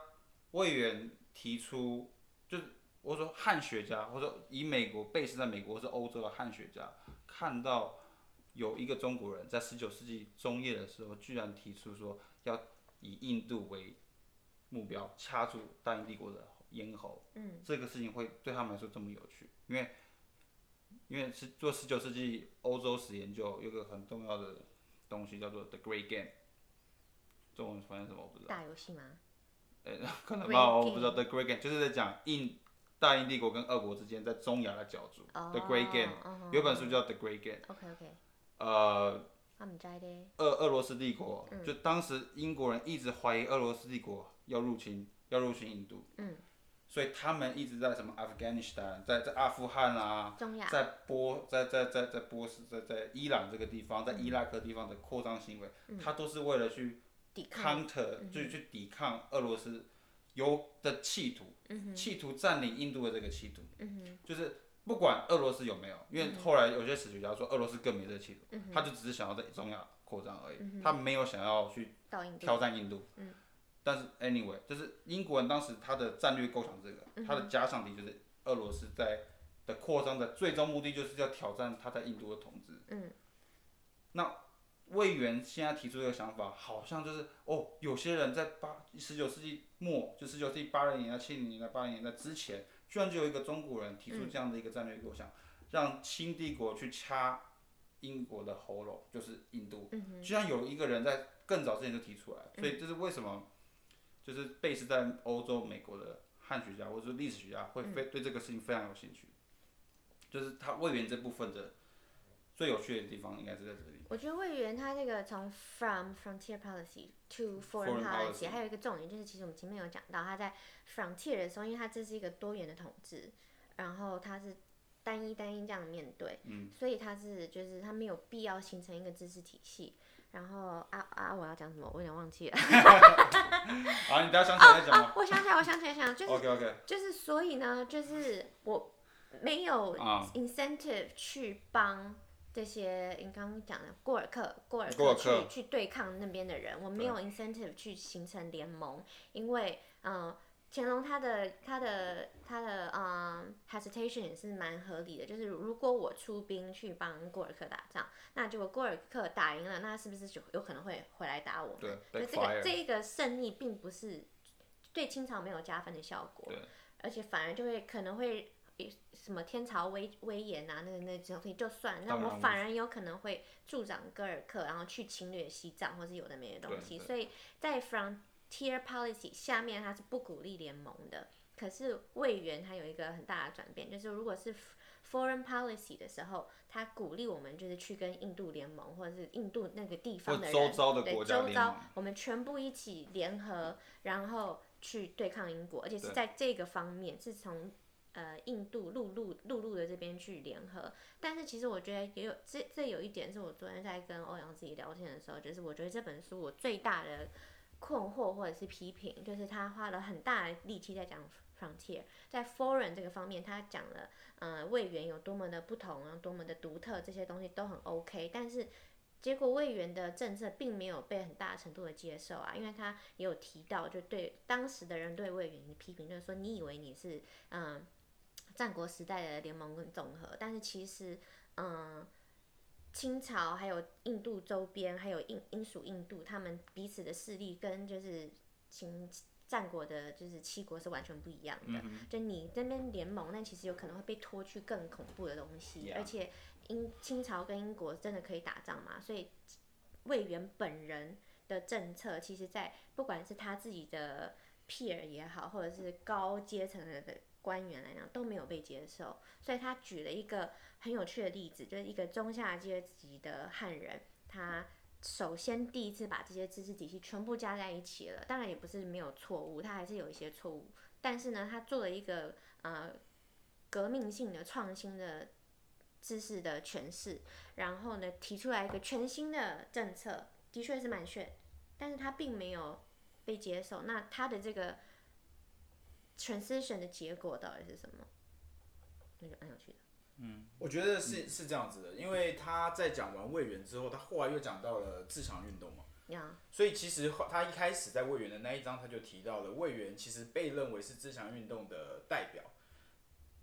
[SPEAKER 2] 魏源提出，就是我说汉学家，或者以美国被是在美国或是欧洲的汉学家，看到有一个中国人在十九世纪中叶的时候，居然提出说要以印度为目标，掐住大英帝国的咽喉，
[SPEAKER 1] 嗯，
[SPEAKER 2] 这个事情会对他们来说这么有趣，因为。因为是做十九世纪欧洲史研究，有一个很重要的东西叫做 The Great Game，中文翻译什么我不知道，
[SPEAKER 1] 大游戏吗？
[SPEAKER 2] 可能
[SPEAKER 1] Great
[SPEAKER 2] 吧，我不知
[SPEAKER 1] Game
[SPEAKER 2] 道。The Great Game 就是在讲印大英帝国跟俄国之间在中亚的角逐。
[SPEAKER 1] 哦
[SPEAKER 2] The Great Game
[SPEAKER 1] 嗯
[SPEAKER 2] 有本书叫 The Great Game，
[SPEAKER 1] OK OK，
[SPEAKER 2] 呃，
[SPEAKER 1] 我们摘的，
[SPEAKER 2] 俄俄罗斯帝国，
[SPEAKER 1] 嗯
[SPEAKER 2] 就当时英国人一直怀疑俄罗斯帝国要入侵，要入侵印度。
[SPEAKER 1] 嗯。
[SPEAKER 2] 所以他们一直在什么 Afghanistan，在在阿富汗啊，
[SPEAKER 1] 中亚，
[SPEAKER 2] 在波在在在在波斯在在伊朗这个地方，在伊拉克地方的扩张行为，他都是为了去
[SPEAKER 1] 嗯抵抗，嗯
[SPEAKER 2] counter 就是去抵抗俄罗斯有的企图，
[SPEAKER 1] 嗯
[SPEAKER 2] 企图占领印度的这个企图，就是不管俄罗斯有没有，因为后来有些史学家说俄罗斯更没这个企图，他就只是想要在中亚扩张而已，他没有想要去
[SPEAKER 1] 到印
[SPEAKER 2] 挑
[SPEAKER 1] 度，嗯
[SPEAKER 2] 战印度。但是 anyway，就是英国人当时他的战略构想这个，
[SPEAKER 1] 嗯
[SPEAKER 2] 他的假想敌就是俄罗斯在的扩张的最终目的就是要挑战他在印度的统治。
[SPEAKER 1] 嗯。
[SPEAKER 2] 那魏源现在提出这个想法，好像就是哦，有些人在八十九世纪末，就十九世纪八零年代、七零年代、八零年代之前，居然就有一个中国人提
[SPEAKER 1] 嗯
[SPEAKER 2] 出这样的一个战略构想，让清帝国去掐英国的喉咙，就是印度。
[SPEAKER 1] 嗯
[SPEAKER 2] 居然有一个人在更早之前就提出来，所以这是为什么，就是贝斯在欧洲、美国的汉学家或者说历史学家会非
[SPEAKER 1] 嗯
[SPEAKER 2] 对这个事情非常有兴趣，就是他魏源这部分的最有趣的地方应该是在这里。
[SPEAKER 1] 我觉得魏源他这个从 from frontier policy to foreign
[SPEAKER 2] Foreign
[SPEAKER 1] policy，
[SPEAKER 2] policy
[SPEAKER 1] 还有一个重点就是，其实我们前面有讲到，他在 frontier 的时候，因为他这是一个多元的统治，然后他是单一单一这样面对，
[SPEAKER 2] 嗯
[SPEAKER 1] 所以他是就是他没有必要形成一个知识体系。然后啊啊，我要讲什么？我有点忘记了。
[SPEAKER 2] 好，啊你大家想起来再讲吧。
[SPEAKER 1] 我想起来，我想起来，想起啊来就是
[SPEAKER 2] OK OK，
[SPEAKER 1] 就是所以呢，就是我没有
[SPEAKER 2] 啊
[SPEAKER 1] incentive 去帮这些你刚刚讲的过尔克、过尔
[SPEAKER 2] 过
[SPEAKER 1] 克
[SPEAKER 2] 尔
[SPEAKER 1] 去
[SPEAKER 2] 克
[SPEAKER 1] 去对抗那边的人，我没有 incentive 去形成联盟，因为嗯。呃乾隆他的他的他的嗯、hesitation 也是蛮合理的，就是如果我出兵去帮过尔克打仗，那结果过尔克打赢了，那是不是就有可能会回来打我们？
[SPEAKER 2] 对
[SPEAKER 1] 就
[SPEAKER 2] ，Black
[SPEAKER 1] 这个
[SPEAKER 2] Fire，
[SPEAKER 1] 这一个胜利并不是对清朝没有加分的效果
[SPEAKER 2] 对，
[SPEAKER 1] 而且反而就会可能会什么天朝威威严啊，那个那种东西就算，那
[SPEAKER 2] 当然
[SPEAKER 1] 我
[SPEAKER 2] 无
[SPEAKER 1] 反而有可能会助长戈尔克，然后去侵略西藏或是有的没的东
[SPEAKER 2] 对
[SPEAKER 1] 西，
[SPEAKER 2] 对
[SPEAKER 1] 所以在 frontier policy 下面它是不鼓励联盟的，可是魏源它有一个很大的转变，就是如果是 foreign policy 的时候，它鼓励我们就是去跟印度联盟或者是印度那个地方的人，
[SPEAKER 2] 或周遭的
[SPEAKER 1] 对
[SPEAKER 2] 国家
[SPEAKER 1] 周
[SPEAKER 2] 联
[SPEAKER 1] 遭
[SPEAKER 2] 盟
[SPEAKER 1] 我们全部一起联合，然后去对抗英国，而且是在这个方面是从。呃，印度陆路陆路的这边去联合，但是其实我觉得也有这这有一点是我昨天在跟欧阳自己聊天的时候，就是我觉得这本书我最大的困惑或者是批评，就是他花了很大的力气在讲 frontier，在 foreign 这个方面，他讲了呃魏源有多么的不同，然后多么的独特，这些东西都很 OK，但是结果魏源的政策并没有被很大程度的接受啊，因为他也有提到，就对当时的人对魏源的批评，就是说你以为你是嗯、战国时代的联盟跟总和，但是其实嗯、清朝还有印度周边，还有英英属印度，他们彼此的势力跟就是秦战国的就是七国是完全不一样的。就你这边联盟，但其实有可能会被拖去更恐怖的东西
[SPEAKER 2] Yeah.
[SPEAKER 1] 而且英清朝跟英国真的可以打仗吗？所以魏源本人的政策，其实在不管是他自己的 peer 也好，或者是高阶层的官员来讲，都没有被接受。所以他举了一个很有趣的例子，就是一个中下阶级的汉人，他首先第一次把这些知识体系全部加在一起了。当然也不是没有错误，他还是有一些错误，但是呢，他做了一个呃革命性的创新的知识的诠释，然后呢，提出来一个全新的政策，的确是蛮炫，但是他并没有被接受。那他的这个 transition 的结果到底是什么？那就蛮有趣的。
[SPEAKER 3] 我觉得是是这样子的，因为他在讲完魏源之后，他后来又讲到了自强运动嘛，
[SPEAKER 1] 呀、
[SPEAKER 3] 所以其实他一开始在魏源的那一章，他就提到了魏源其实被认为是自强运动的代表，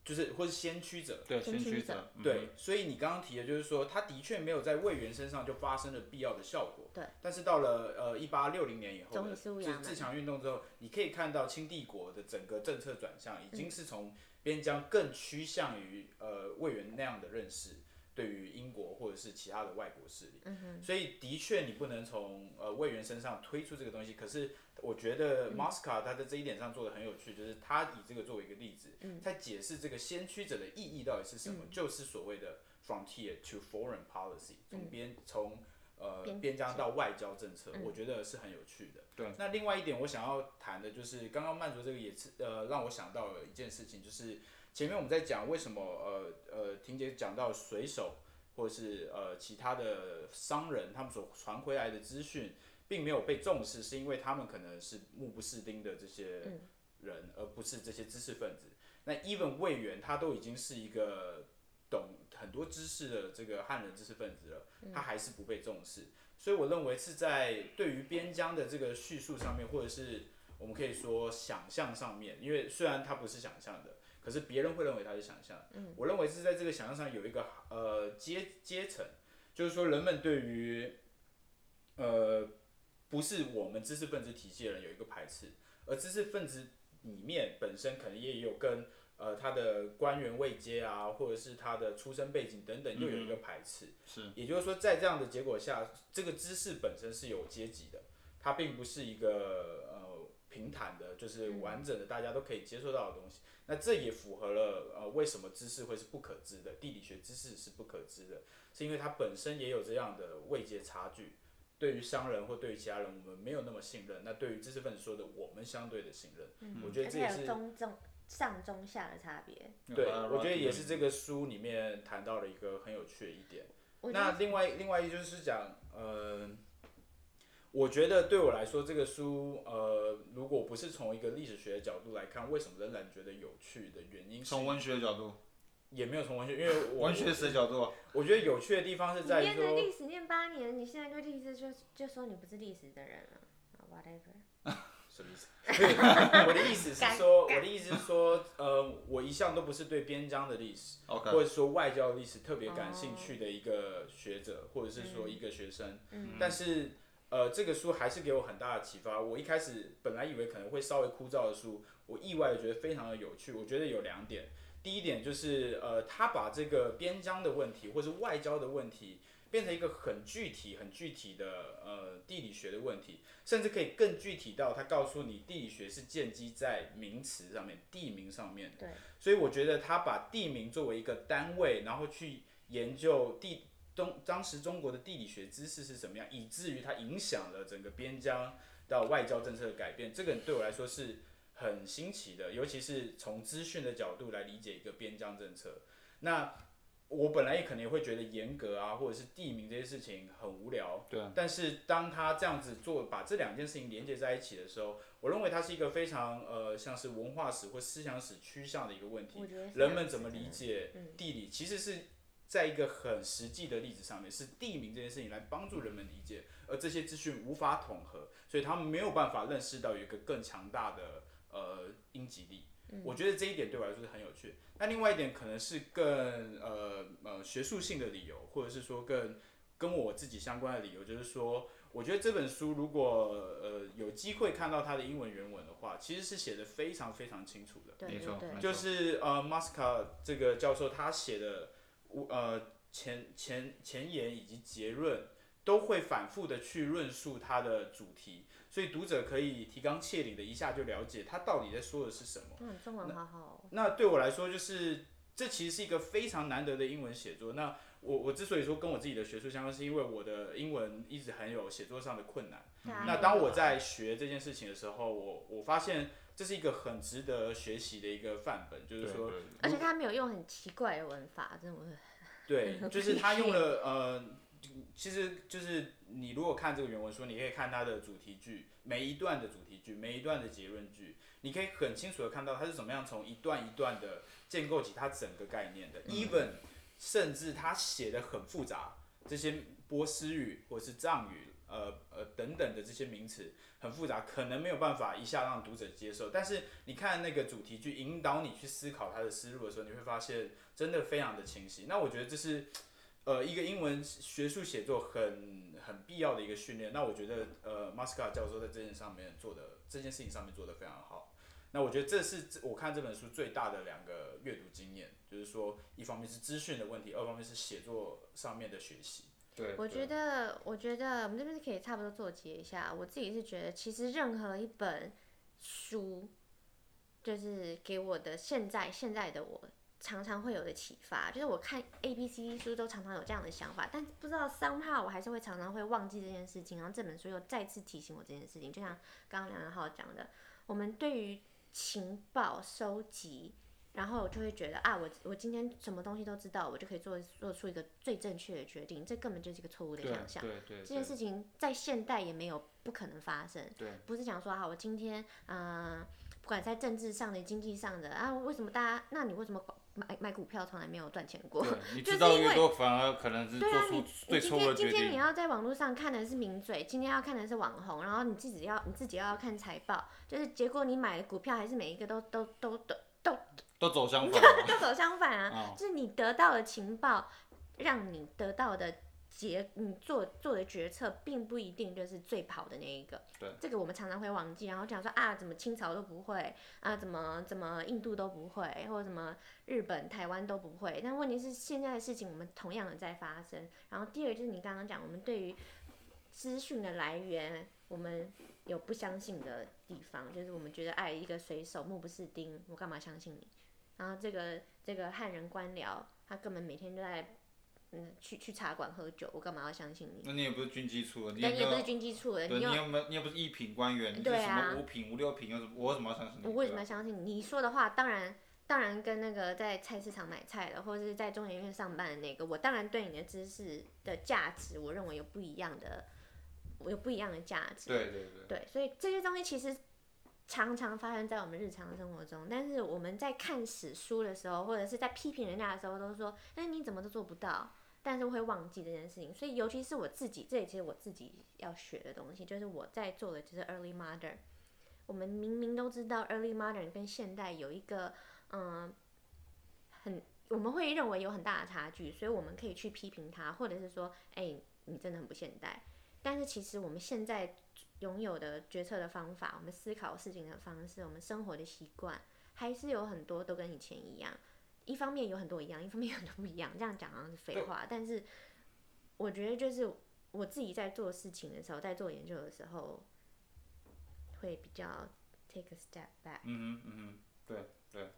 [SPEAKER 3] 就是或是先驱者。
[SPEAKER 2] 对，
[SPEAKER 1] 先
[SPEAKER 2] 先
[SPEAKER 1] 驱
[SPEAKER 2] 驱
[SPEAKER 1] 者
[SPEAKER 2] 者，嗯
[SPEAKER 3] 对，所以你刚刚提的就是说，他的确没有在魏源身上就发生了必要的效果。
[SPEAKER 1] 对。
[SPEAKER 3] 但是到了呃一八六零年以后
[SPEAKER 1] 总理
[SPEAKER 3] 的
[SPEAKER 1] 苏
[SPEAKER 3] 自
[SPEAKER 1] 亚嘛
[SPEAKER 3] 自强运动之后，你可以看到清帝国的整个政策转向，已
[SPEAKER 1] 嗯
[SPEAKER 3] 经是从边疆更趋向于呃魏源那样的认识，对于英国或者是其他的外国势力。所以的确你不能从呃魏源身上推出这个东西，可是我觉得 Mosca 他在这一点上做的很有趣，就是他以这个作为一个例子，在解释这个先驱者的意义到底是什么，就是所谓的 frontier to foreign policy，从边从呃
[SPEAKER 1] 边
[SPEAKER 3] 边疆到外交政策，我觉得是很有趣的。
[SPEAKER 2] 对
[SPEAKER 3] 那另外一点我想要谈的就是，刚刚曼卓这个也是呃让我想到了一件事情，就是前面我们在讲为什么呃呃婷姐讲到水手。或是呃其他的商人，他们所传回来的资讯并没有被重视，是因为他们可能是目不识丁的这些人，而不是这些知识分子。那 even 魏源他都已经是一个懂很多知识的这个汉人知识分子了，他还是不被重视。所以我认为是在对于边疆的这个叙述上面，或者是我们可以说想象上面，因为虽然它不是想象的，可是别人会认为它是想象。我认为是在这个想象上有一个呃阶阶层，就是说人们对于呃不是我们知识分子体系的人有一个排斥，而知识分子里面本身可能也有跟呃他的官员位阶啊，或者是他的出身背景等等又有一个排斥。
[SPEAKER 2] 是
[SPEAKER 3] 也就是说，在这样的结果下，这个知识本身是有阶级的，它并不是一个呃平坦的，就是完整的，大家都可以接受到的东西。那这也符合了呃为什么知识会是不可知的，地理学知识是不可知的，是因为它本身也有这样的位阶差距。对于商人或对于其他人，我们没有那么信任；那对于知识分子说的，我们相对的信任。我觉
[SPEAKER 1] 嗯
[SPEAKER 3] 得
[SPEAKER 1] 而
[SPEAKER 3] 这
[SPEAKER 1] 且
[SPEAKER 3] 也
[SPEAKER 1] 还有
[SPEAKER 3] 是
[SPEAKER 1] 中中上中下的差别。
[SPEAKER 3] 对，我觉得也是这个书里面谈到了一个很有趣的一点。
[SPEAKER 1] 我觉
[SPEAKER 3] 那
[SPEAKER 1] 得
[SPEAKER 3] 另外另外一就是讲，呃，我觉得对我来说，这个书，呃，如果不是从一个历史学的角度来看，为什么仍然觉得有趣的原因是，
[SPEAKER 2] 从文学的角度，
[SPEAKER 3] 也没有从文学，因为我
[SPEAKER 2] 文学史的角度啊，
[SPEAKER 3] 我觉得有趣的地方是
[SPEAKER 1] 你
[SPEAKER 3] 在于
[SPEAKER 1] 念了历
[SPEAKER 3] 说，
[SPEAKER 1] 史念八年，你现在对历史就就说你不是历史的人了啊，whatever。
[SPEAKER 3] 什么意思？ 我的意思是说，我
[SPEAKER 1] 尴尬
[SPEAKER 3] 的意思是说，呃，我一向都不是对边疆的历史
[SPEAKER 2] OK
[SPEAKER 3] 或者说外交历史特别感兴趣的一个学者，或者是说一个学生。但是呃，这个书还是给我很大的启发。我一开始本来以为可能会稍微枯燥的书，我意外的觉得非常的有趣。我觉得有两点，第一点就是呃，他把这个边疆的问题或是外交的问题变成一个很具体、很具体的呃地理学的问题，甚至可以更具体到他告诉你地理学是建基在名词上面、地名上面的。
[SPEAKER 1] 对，
[SPEAKER 3] 所以我觉得他把地名作为一个单位，然后去研究地东当时中国的地理学知识是什么样，以至于它影响了整个边疆到外交政策的改变。这个对我来说是很新奇的，尤其是从资讯的角度来理解一个边疆政策。那我本来也可能也会觉得严格啊，或者是地名这些事情很无聊。
[SPEAKER 2] 对啊
[SPEAKER 3] 但是当他这样子做，把这两件事情连接在一起的时候，我认为它是一个非常呃，像是文化史或思想史趋向的一个问题
[SPEAKER 1] 我。觉得是嗯
[SPEAKER 3] 人
[SPEAKER 1] 这
[SPEAKER 3] 们
[SPEAKER 1] 样
[SPEAKER 3] 怎
[SPEAKER 1] 子
[SPEAKER 3] 么
[SPEAKER 1] 的
[SPEAKER 3] 理解地理，其实是在一个很实际的例子上面，是地名这件事情来帮助人们理解，而这些资讯无法统合，所以他们没有办法认识到有一个更强大的呃应急力。
[SPEAKER 1] 嗯
[SPEAKER 3] 我觉得这一点对我来说是很有趣。那另外一点可能是更呃呃学术性的理由，或者是说更跟我自己相关的理由，就是说，我觉得这本书如果呃有机会看到它的英文原文的话，其实是写的非常非常清楚的。
[SPEAKER 1] 对
[SPEAKER 2] 没
[SPEAKER 1] 对
[SPEAKER 2] 错
[SPEAKER 1] 对
[SPEAKER 2] 没错
[SPEAKER 3] 就是呃 m a s c a 这个教授他写的呃前前前言以及结论，都会反复的去论述他的主题，所以读者可以提纲挈领的一下就了解他到底在说的是什么。
[SPEAKER 1] 嗯，中文好好哦。
[SPEAKER 3] 那对我来说，就是这其实是一个非常难得的英文写作。那我我之所以说跟我自己的学术相关，是因为我的英文一直很有写作上的困难。
[SPEAKER 1] 嗯
[SPEAKER 3] 那当
[SPEAKER 1] 啊
[SPEAKER 3] 我在学这件事情的时候，我我发现这是一个很值得学习的一个范本，就是说，
[SPEAKER 2] 对对
[SPEAKER 1] 而且他没有用很奇怪的文法，真的我
[SPEAKER 3] 对，
[SPEAKER 1] 很
[SPEAKER 3] 就是
[SPEAKER 1] 有
[SPEAKER 3] 他
[SPEAKER 1] 趣
[SPEAKER 3] 用了呃，其实就是你如果看这个原文书，你可以看它的主题句，每一段的主题句，每一段的结论句，你可以很清楚的看到它是怎么样从一段一段的建构起它整个概念
[SPEAKER 1] 嗯
[SPEAKER 3] 的。even 甚至他写的很复杂，这些波斯语或是藏语，呃呃等等的这些名词很复杂，可能没有办法一下让读者接受。但是你看那个主题句引导你去思考它的思路的时候，你会发现真的非常的清晰。那我觉得这是。呃，一个英文学术写作很很必要的一个训练。那我觉得，呃 m a s c a 教授在这件上面做的这件事情上面做得非常好。那我觉得这是这我看这本书最大的两个阅读经验，就是说，一方面是资讯的问题，二方面是写作上面的学习。
[SPEAKER 2] 对，
[SPEAKER 1] 我
[SPEAKER 2] 对
[SPEAKER 1] 觉得，我觉得我们这边可以差不多做结一下。我自己是觉得，其实任何一本书，就是给我的现在现在的我常常会有的启发，就是我看 A B C 书都常常有这样的想法，但不知道 somehow 我还是会常常会忘记这件事情，然后这本书又再次提醒我这件事情。就像刚刚梁元浩讲的，我们对于情报收集。然后我就会觉得啊，我我今天什么东西都知道，我就可以做做出一个最正确的决定，这根本就是一个错误的
[SPEAKER 2] 对
[SPEAKER 1] 想象。
[SPEAKER 2] 对对，
[SPEAKER 1] 这件事
[SPEAKER 2] 情
[SPEAKER 1] 情在现代也没有不可能发生。
[SPEAKER 2] 对，
[SPEAKER 1] 不是讲说啊，我今天嗯、呃不管在政治上的、经济上的啊，为什么大家？那你为什么买买股票从来没有赚钱过？
[SPEAKER 2] 对，你
[SPEAKER 1] 就
[SPEAKER 2] 知
[SPEAKER 1] 是
[SPEAKER 2] 道
[SPEAKER 1] 因
[SPEAKER 2] 越
[SPEAKER 1] 为
[SPEAKER 2] 多，反而可能是
[SPEAKER 1] 对
[SPEAKER 2] 做
[SPEAKER 1] 啊，
[SPEAKER 2] 出
[SPEAKER 1] 你
[SPEAKER 2] 最
[SPEAKER 1] 你今
[SPEAKER 2] 错误
[SPEAKER 1] 天
[SPEAKER 2] 的决
[SPEAKER 1] 今天你
[SPEAKER 2] 定。
[SPEAKER 1] 要在网络上看的是名嘴，今天要看的是网红，然后你自己要你自己要看财报，就是结果你买的股票还是每一个都都都都
[SPEAKER 2] 都走相反了。
[SPEAKER 1] 都走相反啊，
[SPEAKER 2] 哦
[SPEAKER 1] 就是你得到的情报，让你得到的结，你做做的决策，并不一定就是最好的那一个。
[SPEAKER 2] 对，
[SPEAKER 1] 这个我们常常会忘记，然后讲说啊，怎么清朝都不会啊，怎么怎么印度都不会，或者什么日本、台湾都不会。但问题是，现在的事情我们同样的在发生。然后第二个就是你刚刚讲，我们对于资讯的来源，我们有不相信的地方，就是我们觉得爱一个水手目不识丁，我干嘛相信你？然后这个这个汉人官僚，他根本每天都在嗯去去茶馆喝酒，我干嘛要相信你？
[SPEAKER 2] 那你也不是军机处的，你也
[SPEAKER 1] 但
[SPEAKER 2] 没
[SPEAKER 1] 你也不是
[SPEAKER 2] 有，
[SPEAKER 1] 军机处的，
[SPEAKER 2] 对，
[SPEAKER 1] 你
[SPEAKER 2] 你
[SPEAKER 1] 又
[SPEAKER 2] 又没，你也不是一品官员，你是
[SPEAKER 1] 对
[SPEAKER 2] 什
[SPEAKER 1] 啊
[SPEAKER 2] 么五品、五六品，又是我怎么要相信你？
[SPEAKER 1] 我为什么
[SPEAKER 2] 对
[SPEAKER 1] 要
[SPEAKER 2] 吧？
[SPEAKER 1] 相信你？你说的话，当然当然跟那个在菜市场买菜的，或者是在中研院上班的那个，我当然对你的知识的价值，我认为有不一样的，我有不一样的价值。
[SPEAKER 2] 对对对，
[SPEAKER 1] 对，所以这些东西其实常常发生在我们日常生活中，但是我们在看史书的时候，或者是在批评人家的时候，都说，那你怎么都做不到，但是会忘记这件事情。所以，尤其是我自己，这也其实我自己要学的东西，就是我在做的就是 early modern。我们明明都知道 early modern 跟现代有一个，嗯，很我们会认为有很大的差距，所以我们可以去批评它，或者是说，哎、你真的很不现代。但是其实我们现在拥有的决策的方法，我们思考事情的方式，我们生活的习惯，还是有很多都跟以前一样。一方面有很多一样，一方面有很多不一样。这样讲好像是废
[SPEAKER 2] 对
[SPEAKER 1] 话，但是我觉得就是我自己在做事情的时候，在做研究的时候，会比较 take a step back。
[SPEAKER 2] 嗯哼嗯哼，对对，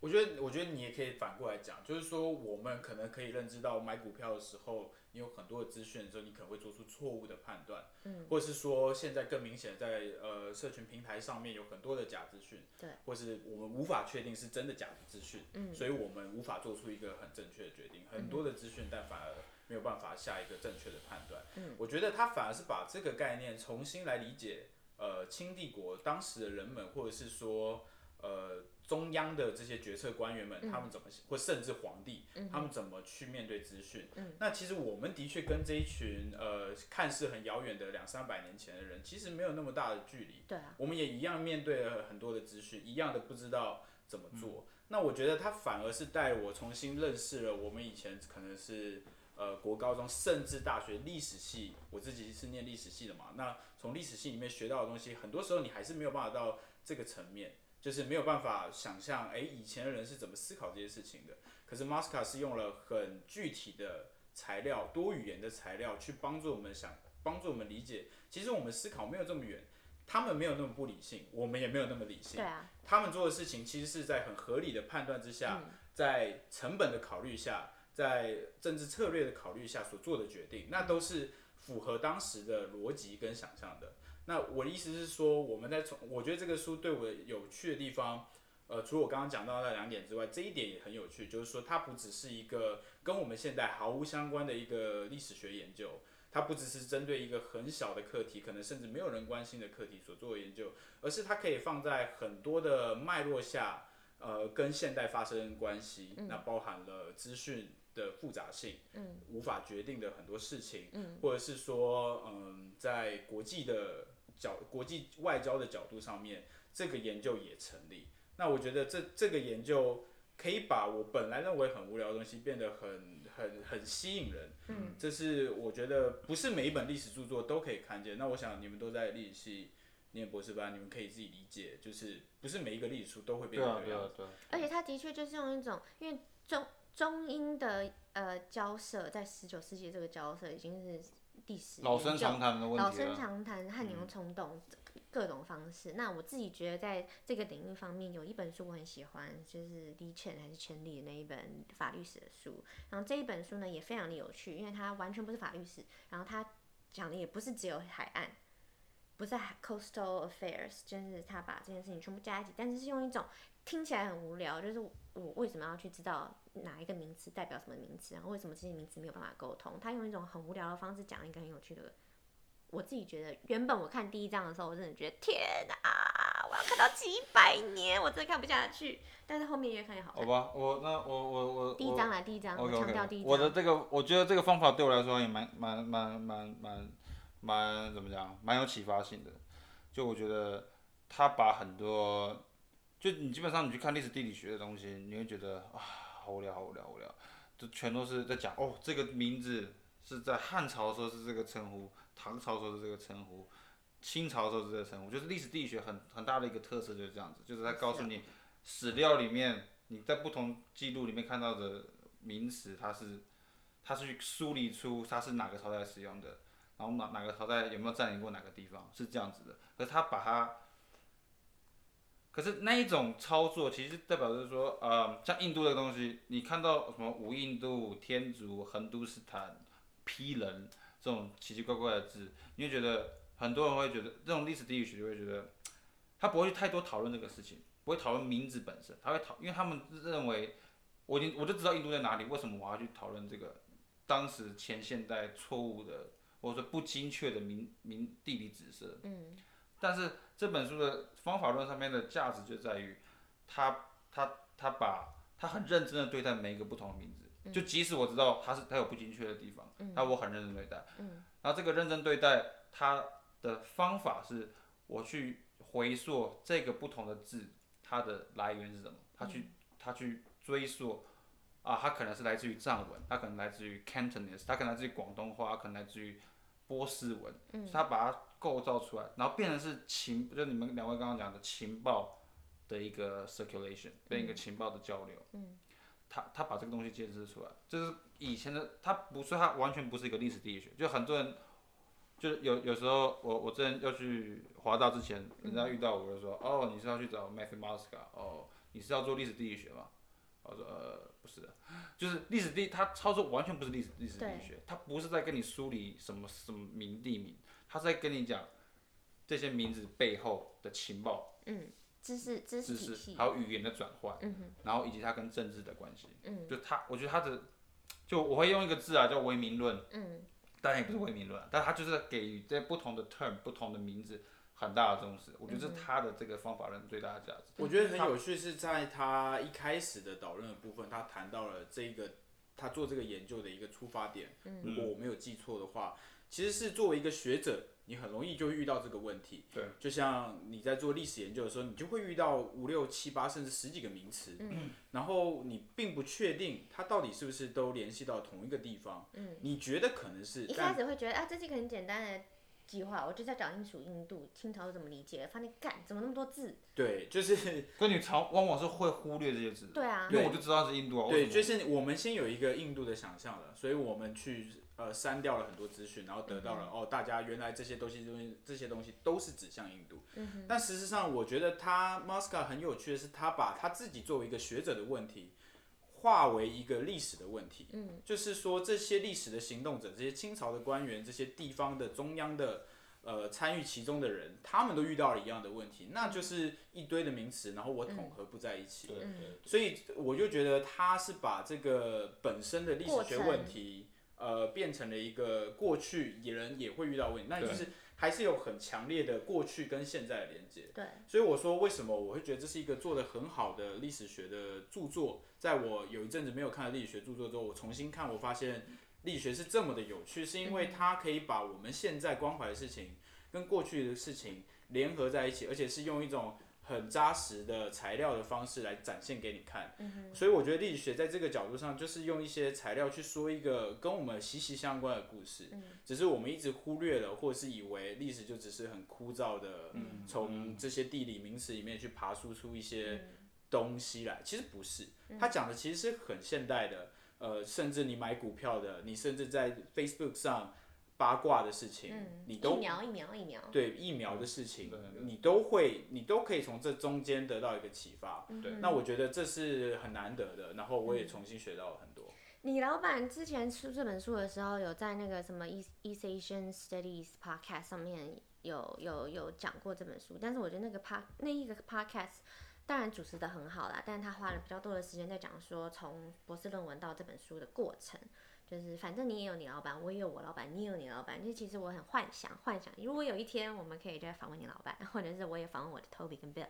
[SPEAKER 3] 我觉得，我觉得你也可以反过来讲，就是说，我们可能可以认知到买股票的时候，你有很多的资讯的时候，你可能会做出错误的判断，嗯，或是说现在更明显地在呃社群平台上面有很多的假资讯，
[SPEAKER 1] 对，
[SPEAKER 3] 或是我们无法确定是真的假的资讯，嗯，所以我们无法做出一个很正确的决定，很多的资讯，但反而没有办法下一个正确的判断，嗯，我觉得他反而是把这个概念重新来理解，呃，清帝国当时的人们，或者是说。呃中央的这些决策官员们，他们怎么或甚至皇帝，他们怎么去面对资讯？那其实我们的确跟这一群呃看似很遥远的两三百年前的人，其实没有那么大的距离。
[SPEAKER 1] 对啊，
[SPEAKER 3] 我们也一样面对了很多的资讯，一样的不知道怎么做。那我觉得他反而是带我重新认识了我们以前可能是呃国高中甚至大学历史系，我自己是念历史系的嘛。那从历史系里面学到的东西，很多时候你还是没有办法到这个层面，就是没有办法想象，诶，以前的人是怎么思考这些事情的。可是 Masca 是用了很具体的材料、多语言的材料去帮助我们想，帮助我们理解。其实我们思考没有这么远，他们没有那么不理性，我们也没有那么理性
[SPEAKER 1] 对。啊，
[SPEAKER 3] 他们做的事情其实是在很合理的判断之
[SPEAKER 1] 嗯
[SPEAKER 3] 下，在成本的考虑下，在政治策略的考虑下所做的决定，那都是符合当时的逻辑跟想象的。那我的意思是说，我们在从我觉得这个书对我有趣的地方，呃，除了我刚刚讲到那两点之外，这一点也很有趣，就是说它不只是一个跟我们现在毫无相关的一个历史学研究，它不只是针对一个很小的课题，可能甚至没有人关心的课题所做的研究，而是它可以放在很多的脉络下，呃，跟现代发生关系，那包含了资讯的复杂性，嗯，无法决定的很多事情，嗯，或者是说，嗯，在国际的角、国际外交的角度上面，这个研究也成立。那我觉得这这个研究可以把我本来认为很无聊的东西变得很很很吸引人，嗯，这是我觉得不是每一本历史著作都可以看见。那我想你们都在历史系念博士班，你们可以自己理解，就是不是每一个历史书都会变
[SPEAKER 2] 对
[SPEAKER 3] 成
[SPEAKER 2] 啊
[SPEAKER 3] 这个
[SPEAKER 2] 对
[SPEAKER 3] 样
[SPEAKER 2] 啊
[SPEAKER 3] 子。
[SPEAKER 2] 对啊，
[SPEAKER 1] 而且他的确就是用一种，因为中中英的呃交涉，在十九世纪这个交涉已经是历史
[SPEAKER 2] 老
[SPEAKER 1] 研
[SPEAKER 2] 生
[SPEAKER 1] 究
[SPEAKER 2] 常谈的问
[SPEAKER 1] 老
[SPEAKER 2] 题啊
[SPEAKER 1] 生
[SPEAKER 2] 了。嗯
[SPEAKER 1] 常谈、汗牛充栋、各种方式。那我自己觉得，在这个领域方面，有一本书我很喜欢，就是李浅还是千里的那一本法律史的书。然后这一本书呢，也非常的有趣，因为它完全不是法律史，然后它讲的也不是只有海岸，不是海 coastal affairs，就是他把这件事情全部加一起，但是是用一种听起来很无聊，就是我我为什么要去知道哪一个名词代表什么名词，然后为什么这些名词没有办法沟通？他用一种很无聊的方式讲一个很有趣的。我自己觉得，原本我看第一章的时候，我真的觉得天啊，我要看到几百年，我真的看不下去。但是后面越看越好
[SPEAKER 2] 好
[SPEAKER 1] 看。
[SPEAKER 2] 吧，我那我我哦我
[SPEAKER 1] 第一章啊来，第一章，
[SPEAKER 2] OK
[SPEAKER 1] 我强调
[SPEAKER 2] OK，
[SPEAKER 1] 第一章。
[SPEAKER 2] 我的这个，我觉得这个方法对我来说也蛮蛮蛮蛮蛮蛮怎么讲，蛮有启发性的。就我觉得他把很多，就你基本上你去看历史地理学的东西，你会觉得啊，好无聊，好无聊，好无聊，就全都是在讲哦，这个名字是在汉朝的时候是这个称呼，唐朝的时候是这个称呼。清朝的时候是这个称呼，就是历史地理学很很大的一个特色就是这样子，就是它告诉
[SPEAKER 1] 啊
[SPEAKER 2] 你史料里面你在不同记录里面看到的名词，它是它是去梳理出它是哪个朝代使用的，然后哪哪个朝代有没有占领过哪个地方，是这样子的。可是他把它，可是那一种操作其实代表就是说，呃，像印度的东西，你看到什么无印度、天竺、横都斯坦、批人这种奇奇怪怪的字，你会觉得很多人会觉得这种历史地理学就会觉得，他不会去太多讨论这个事情，不会讨论名字本身，他会讨，因为他们认为我已经我就知道印度在哪里，为什么我要去讨论这个当时前现代错误的或者说不精确的名名地理指示？嗯，但是这本书的方法论上面的价值就在于，他他他把他很认真的对待每一个不同的名字。就即使我知道它是它有不精确的地方，那我很认真对待。嗯，然后这个认真对待它的方法是，我去回溯这个不同的字它的来源是什么，他去、他去追溯啊，它可能是来自于藏文，它可能来自于 Cantonese，它可能来自于广东话，它可能来自于波斯文，嗯、所以他把它构造出来，然后变成是情，就你们两位刚刚讲的情报的一个 circulation，变成一个情报的交流。嗯，他他把这个东西揭示出来，就是以前的他不是他完全不是一个历史地理学，就很多人就是有有时候我我之前要去华大之前，人家遇到我就说、哦你是要去找 Matthew Mosca 哦你是要做历史地理学吗？我说呃不是的，就是历史地他操作完全不是历史历史地理学，他不是在跟你梳理什么什么名地名，他是在跟你讲这些名字背后的情报
[SPEAKER 1] 嗯知识知识
[SPEAKER 2] 知
[SPEAKER 1] 体
[SPEAKER 2] 识，
[SPEAKER 1] 系嗯
[SPEAKER 2] 还，有语言的转换，然后以及它跟政治的关系，就它，我觉得它的，就我会用一个字啊，叫唯名论，
[SPEAKER 1] 嗯
[SPEAKER 2] 当然也不是唯名论啊，但它就是给予在不同的 term、不同的名字很大的重视，我
[SPEAKER 1] 嗯
[SPEAKER 2] 觉得这是它的这个方法论最大的价值。
[SPEAKER 3] 我觉得很有趣是在他一开始的导论的部分，他谈到了这一个他做这个研究的一个出发点。
[SPEAKER 1] 嗯
[SPEAKER 3] 如果我没有记错的话，其实是作为一个学者，你很容易就会遇到这个问题。
[SPEAKER 2] 对，
[SPEAKER 3] 就像你在做历史研究的时候，你就会遇到五六七八甚至十几个名词，嗯、然后你并不确定它到底是不是都联系到同一个地方。嗯、你觉得可能是，
[SPEAKER 1] 一
[SPEAKER 3] 但
[SPEAKER 1] 开始会觉得啊，这是一个很简单的计划，我就是要找清楚印度清朝是怎么理解的，发现干怎么那么多字？
[SPEAKER 3] 对，就是
[SPEAKER 2] 跟你常往往是会忽略这些字，
[SPEAKER 1] 对啊
[SPEAKER 2] 因为我就知道是印度啊，为
[SPEAKER 3] 对，
[SPEAKER 2] 什么
[SPEAKER 3] 就是我们先有一个印度的想象了，所以我们去呃删掉了很多资讯，然后得到了、哦，大家原来这些东西东西这些东西都是指向印度。嗯、但事实上，我觉得他 Mosca 很有趣的是，他把他自己作为一个学者的问题。化为一个历史的问题，嗯，就是说这些历史的行动者，这些清朝的官员，这些地方的中央的呃参与其中的人，他们都遇到了一样的问题，那就是一堆的名词，然后我统合不在一起，
[SPEAKER 2] 对对
[SPEAKER 1] 嗯
[SPEAKER 3] 所以我就觉得他是把这个本身的历史学问题，呃，变成了一个过去也人也会遇到问题，那
[SPEAKER 2] 对
[SPEAKER 3] 就是还是有很强烈的过去跟现在的连接。
[SPEAKER 1] 对，
[SPEAKER 3] 所以我说为什么我会觉得这是一个做的很好的历史学的著作，在我有一阵子没有看的历史学著作之后，我重新看，我发现历史学是这么的有趣，是因为它可以把我们现在关怀的事情跟过去的事情联合在一起，而且是用一种。很扎实的材料的方式来展现给你看，
[SPEAKER 1] 嗯
[SPEAKER 3] 所以我觉得历史学在这个角度上，就是用一些材料去说一个跟我们息息相关的故事，只是我们一直忽略了，或是以为历史就只是很枯燥的，从这些地理名词里面去爬输出一些东西来。其实不是，他讲的其实是很现代的，呃，甚至你买股票的，你甚至在 Facebook 上八卦的事情，
[SPEAKER 1] 嗯
[SPEAKER 3] 你
[SPEAKER 1] 一
[SPEAKER 3] 都
[SPEAKER 1] 苗一苗一苗，
[SPEAKER 3] 对疫苗的事情
[SPEAKER 2] 对，
[SPEAKER 3] 你都会，你都可以从这中间得到一个启发。
[SPEAKER 2] 对
[SPEAKER 1] 嗯
[SPEAKER 3] 那我觉得这是很难得的，然后我也重新学到了很多。
[SPEAKER 1] 你老板之前出这本书的时候，有在那个什么 East East Asian Studies podcast 上面有有有讲过这本书，但是我觉得那个 pod 那一个 podcast 当然主持的很好啦，但是他花了比较多的时间在讲说从博士论文到这本书的过程，就是反正你也有你老板，我也有我老板，你也有你老板，就其实我很幻想幻想，如果有一天我们可以再访问你老板，或者是我也访问我的 Toby 跟 Bill，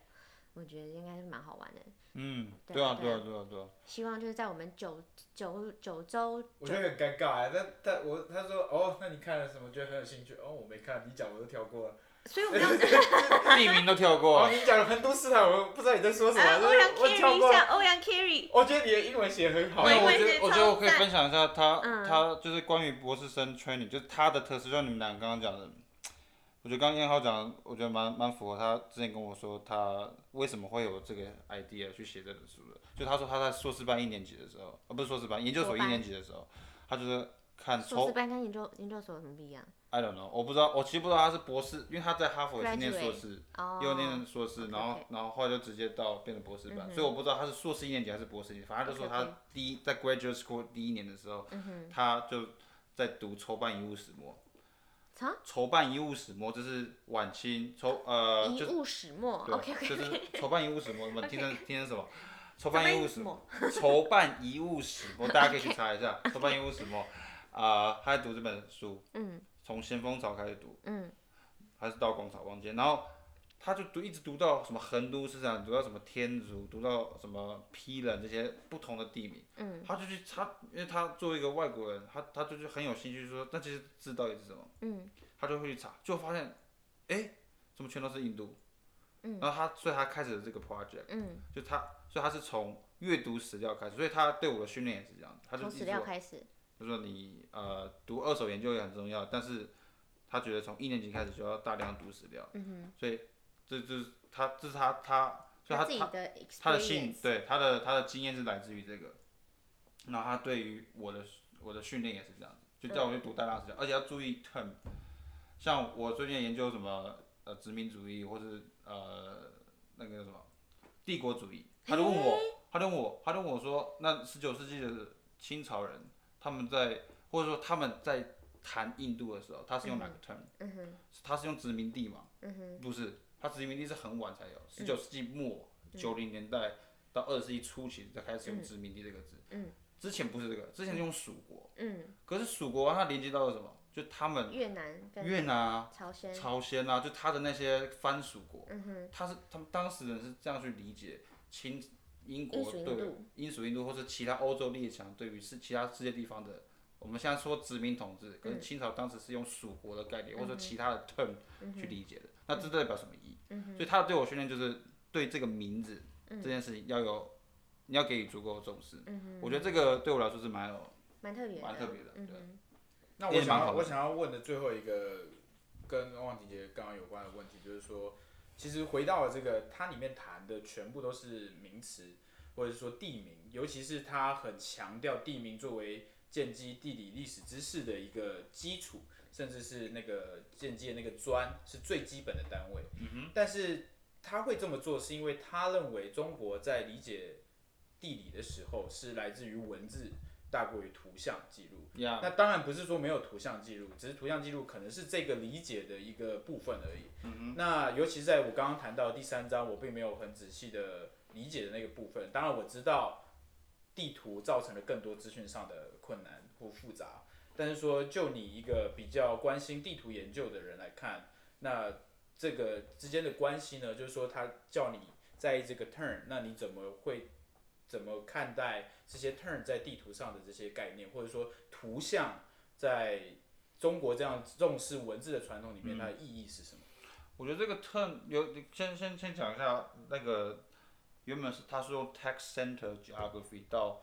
[SPEAKER 1] 我觉得应该是蛮好玩的。
[SPEAKER 2] 嗯，
[SPEAKER 1] 对
[SPEAKER 2] 对啊
[SPEAKER 1] 对
[SPEAKER 2] 对
[SPEAKER 1] 啊
[SPEAKER 2] 啊对啊对啊，
[SPEAKER 1] 希望就是在我们九九九 周
[SPEAKER 4] 我觉得有点尴尬哎，但但我他说哦，那你看了什么？觉得很有兴趣哦，我没看，你讲我都跳 过了。
[SPEAKER 1] 所以我要
[SPEAKER 2] 啊地名都跳 过
[SPEAKER 4] 哦，
[SPEAKER 2] 啊，
[SPEAKER 4] 你讲了很多斯坦，我不知道你在说什
[SPEAKER 1] 啊
[SPEAKER 4] 么，，
[SPEAKER 1] 欧阳
[SPEAKER 4] 我跳
[SPEAKER 1] Carry 一
[SPEAKER 4] 过了。
[SPEAKER 1] 下，欧阳 Carry，
[SPEAKER 4] 我觉得你的英文写得很好
[SPEAKER 2] 没有，
[SPEAKER 1] 我
[SPEAKER 2] 我
[SPEAKER 1] 以为
[SPEAKER 2] 觉
[SPEAKER 1] 是
[SPEAKER 2] 得我觉得我可以
[SPEAKER 1] 超赞
[SPEAKER 2] 分享一下他
[SPEAKER 1] 嗯
[SPEAKER 2] 他就是关于博士生 training，就是他的特色，就像你们俩刚刚讲的，我觉得刚刚燕浩讲的，我觉得蛮蛮符合他之前跟我说他为什么会有这个 idea 去写这本书的，就他说他在硕士班一年级的时候，呃不是硕士班，研究所
[SPEAKER 1] 硕
[SPEAKER 2] 一
[SPEAKER 1] 班
[SPEAKER 2] 年级的时候，他就是看
[SPEAKER 1] 硕
[SPEAKER 2] 抽
[SPEAKER 1] 士班跟研究研究所有什么不一样？
[SPEAKER 2] I don't know，我不知道，我其实不知道他是博士，因为他在哈佛也是念
[SPEAKER 1] Graduate
[SPEAKER 2] 硕士，
[SPEAKER 1] 哦，
[SPEAKER 2] 又念硕士，
[SPEAKER 1] OK，OK
[SPEAKER 2] 然后然后后来就直接到变成博士班，
[SPEAKER 1] 嗯哼
[SPEAKER 2] 所以我不知道他是硕士一年级还是博士一年级，反正他就说
[SPEAKER 1] OK，OK 嗯
[SPEAKER 2] 他第一在 graduate school 第一年的时候，他就在读筹办遗物始末，
[SPEAKER 1] 啥？
[SPEAKER 2] 筹办遗物始末就是晚清筹呃
[SPEAKER 1] 遗
[SPEAKER 2] 就是
[SPEAKER 1] 物始末
[SPEAKER 2] 对
[SPEAKER 1] ，OK OK
[SPEAKER 2] 就
[SPEAKER 1] OK，
[SPEAKER 2] 是筹办遗物始末，你们听成听成什么？筹
[SPEAKER 1] 筹
[SPEAKER 2] 办
[SPEAKER 1] 办
[SPEAKER 2] 遗
[SPEAKER 1] 遗物
[SPEAKER 2] 物
[SPEAKER 1] 始
[SPEAKER 2] 始末，筹办遗物始 末，大家可以去查一下筹办遗物始末，啊，他在读这本书，
[SPEAKER 1] 嗯
[SPEAKER 2] 从咸丰朝开始读。
[SPEAKER 1] 嗯，
[SPEAKER 2] 还是到广草忘记，然后他就读一直读到什么横都市长，读到什么天竺，读到什么批人这些不同的地名，
[SPEAKER 1] 嗯，
[SPEAKER 2] 他就去他，因为他作为一个外国人，他他就是很有兴趣说，那其实字到底是什么，
[SPEAKER 1] 嗯，
[SPEAKER 2] 他就会去查，就发现，哎，怎么全都是印度，嗯，然后他所以他开始了这个 project，
[SPEAKER 1] 嗯，
[SPEAKER 2] 就他所以他是从阅读史料开始，所以他对我的训练也是这样，他就
[SPEAKER 1] 从
[SPEAKER 2] 一直
[SPEAKER 1] 史料
[SPEAKER 2] 说
[SPEAKER 1] 开始，
[SPEAKER 2] 就说你呃读二手研究也很重要，但是他觉得从一年级开始就要大量读史料，嗯、所以这这是他这是他他所以
[SPEAKER 1] 自己
[SPEAKER 2] 他
[SPEAKER 1] 的
[SPEAKER 2] 他的兴
[SPEAKER 1] experience，
[SPEAKER 2] 对他的他的经验是来自于这个，然后他对于我的我的训练也是这样子，就叫我去读大量史料，而且要注意 term。像我最近研究什么呃殖民主义，或是呃那个叫什么帝国主义，他就问我，他就问我，他就问我说，那十九世纪的清朝人他们在或者说他们在谈印度的时候，他是用哪个 term？、
[SPEAKER 1] 嗯哼，
[SPEAKER 2] 他是用殖民地嘛？
[SPEAKER 1] 嗯哼，嗯
[SPEAKER 2] 不是，他殖民地是很晚才有，十九世纪末九零、年代到二十世纪初期才开始用殖民地这个字。
[SPEAKER 1] 嗯
[SPEAKER 2] 之前不是这个，之前是用蜀国，
[SPEAKER 1] 嗯，
[SPEAKER 2] 可是蜀国它连接到了什么？就他们
[SPEAKER 1] 越南跟
[SPEAKER 2] 越南啊、
[SPEAKER 1] 朝鲜，
[SPEAKER 2] 朝鲜啊，就他的那些藩属国，
[SPEAKER 1] 嗯哼，
[SPEAKER 2] 他是他们当时人是这样去理解清英
[SPEAKER 1] 英
[SPEAKER 2] 国
[SPEAKER 1] 属印
[SPEAKER 2] 对
[SPEAKER 1] 度
[SPEAKER 2] 英属印度或是其他欧洲列强对于是其他世界地方的，我们现在说殖民统
[SPEAKER 1] 嗯
[SPEAKER 2] 治，可是清朝当时是用属国的概念、或者说其他的 term
[SPEAKER 1] 嗯
[SPEAKER 2] 去理解的，那这代表什么意义？所以他对我训练就是对这个名字、
[SPEAKER 1] 嗯
[SPEAKER 2] 这件事情要有，你要给予足够的重视。我觉得这个对我来说是蛮有
[SPEAKER 1] 蛮特别的，
[SPEAKER 2] 蛮特别的
[SPEAKER 1] 嗯
[SPEAKER 2] 对
[SPEAKER 1] 哼，
[SPEAKER 2] 也
[SPEAKER 3] 那我
[SPEAKER 2] 蛮
[SPEAKER 3] 想
[SPEAKER 2] 好
[SPEAKER 3] 要
[SPEAKER 2] 的
[SPEAKER 3] 我想要问的最后一个跟汪婷姐刚刚有关的问题，就是说，其实回到了这个，它里面谈的全部都是名词，或者说地名，尤其是它很强调地名作为建基地理历史知识的一个基础，甚至是那个建基的那个砖是最基本的单位。嗯、但是他会这么做，是因为他认为中国在理解地理的时候，是来自于文字大过于图像记录。
[SPEAKER 2] 呀
[SPEAKER 3] 那当然不是说没有图像记录，只是图像记录可能是这个理解的一个部分而已。那尤其是在我刚刚谈到的第三章，我并没有很仔细的理解的那个部分。当然我知道地图造成了更多资讯上的困难或复杂，但是说就你一个比较关心地图研究的人来看，那这个之间的关系呢，就是说他叫你在意这个 turn，那你怎么会怎么看待这些 turn 在地图上的这些概念，或者说图像在中国这样重视文字的传统里面，它的意义是什么？
[SPEAKER 2] 我觉得这个 term 有先先先讲一下那个原本是它是用 text center geography 到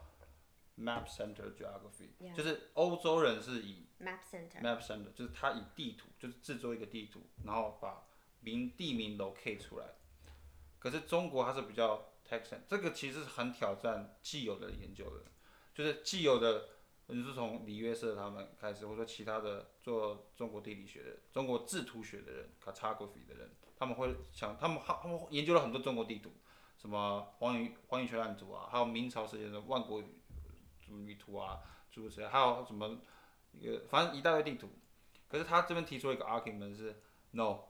[SPEAKER 2] map center geography，、
[SPEAKER 1] Yeah
[SPEAKER 2] 就是欧洲人是以
[SPEAKER 1] Map Center，
[SPEAKER 2] map center，就是他以地图就是制作一个地图，然后把名地名 locate 出来。可是中国它是比较 text center，这个其实是很挑战既有的研究的，就是既有的。你是从里约社他们开始，或者说其他的做中国地理学的、中国制图学的人、cartography 的人，他们会想，他们他他们研究了很多中国地图，什么黄宇黄宇全览图啊，还有明朝时期的万国语什么语图啊，诸如此类，还有什么一个反正一大堆地图。可是他这边提出了一个 argument 是，no，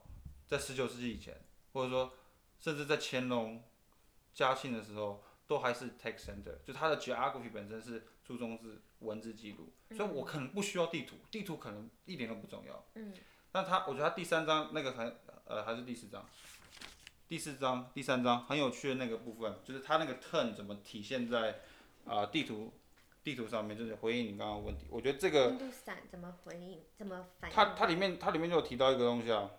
[SPEAKER 2] 在十九世纪以前，或者说甚至在乾隆、嘉庆的时候，都还是 text center，就它的 geography 本身是注重是文字记录，所以我可能不需要地图，地图可能一点都不重要。
[SPEAKER 1] 嗯，
[SPEAKER 2] 那他我觉得他第三章那个很呃还是第四章，第四章第三章很有趣的那个部分，就是它那个 turn 怎么体现在啊、地图地图上面，就是回应你刚刚的问题。我觉得这个
[SPEAKER 1] 印度伞怎么回应，怎么反应？
[SPEAKER 2] 它它里面它里面就有提到一个东西啊，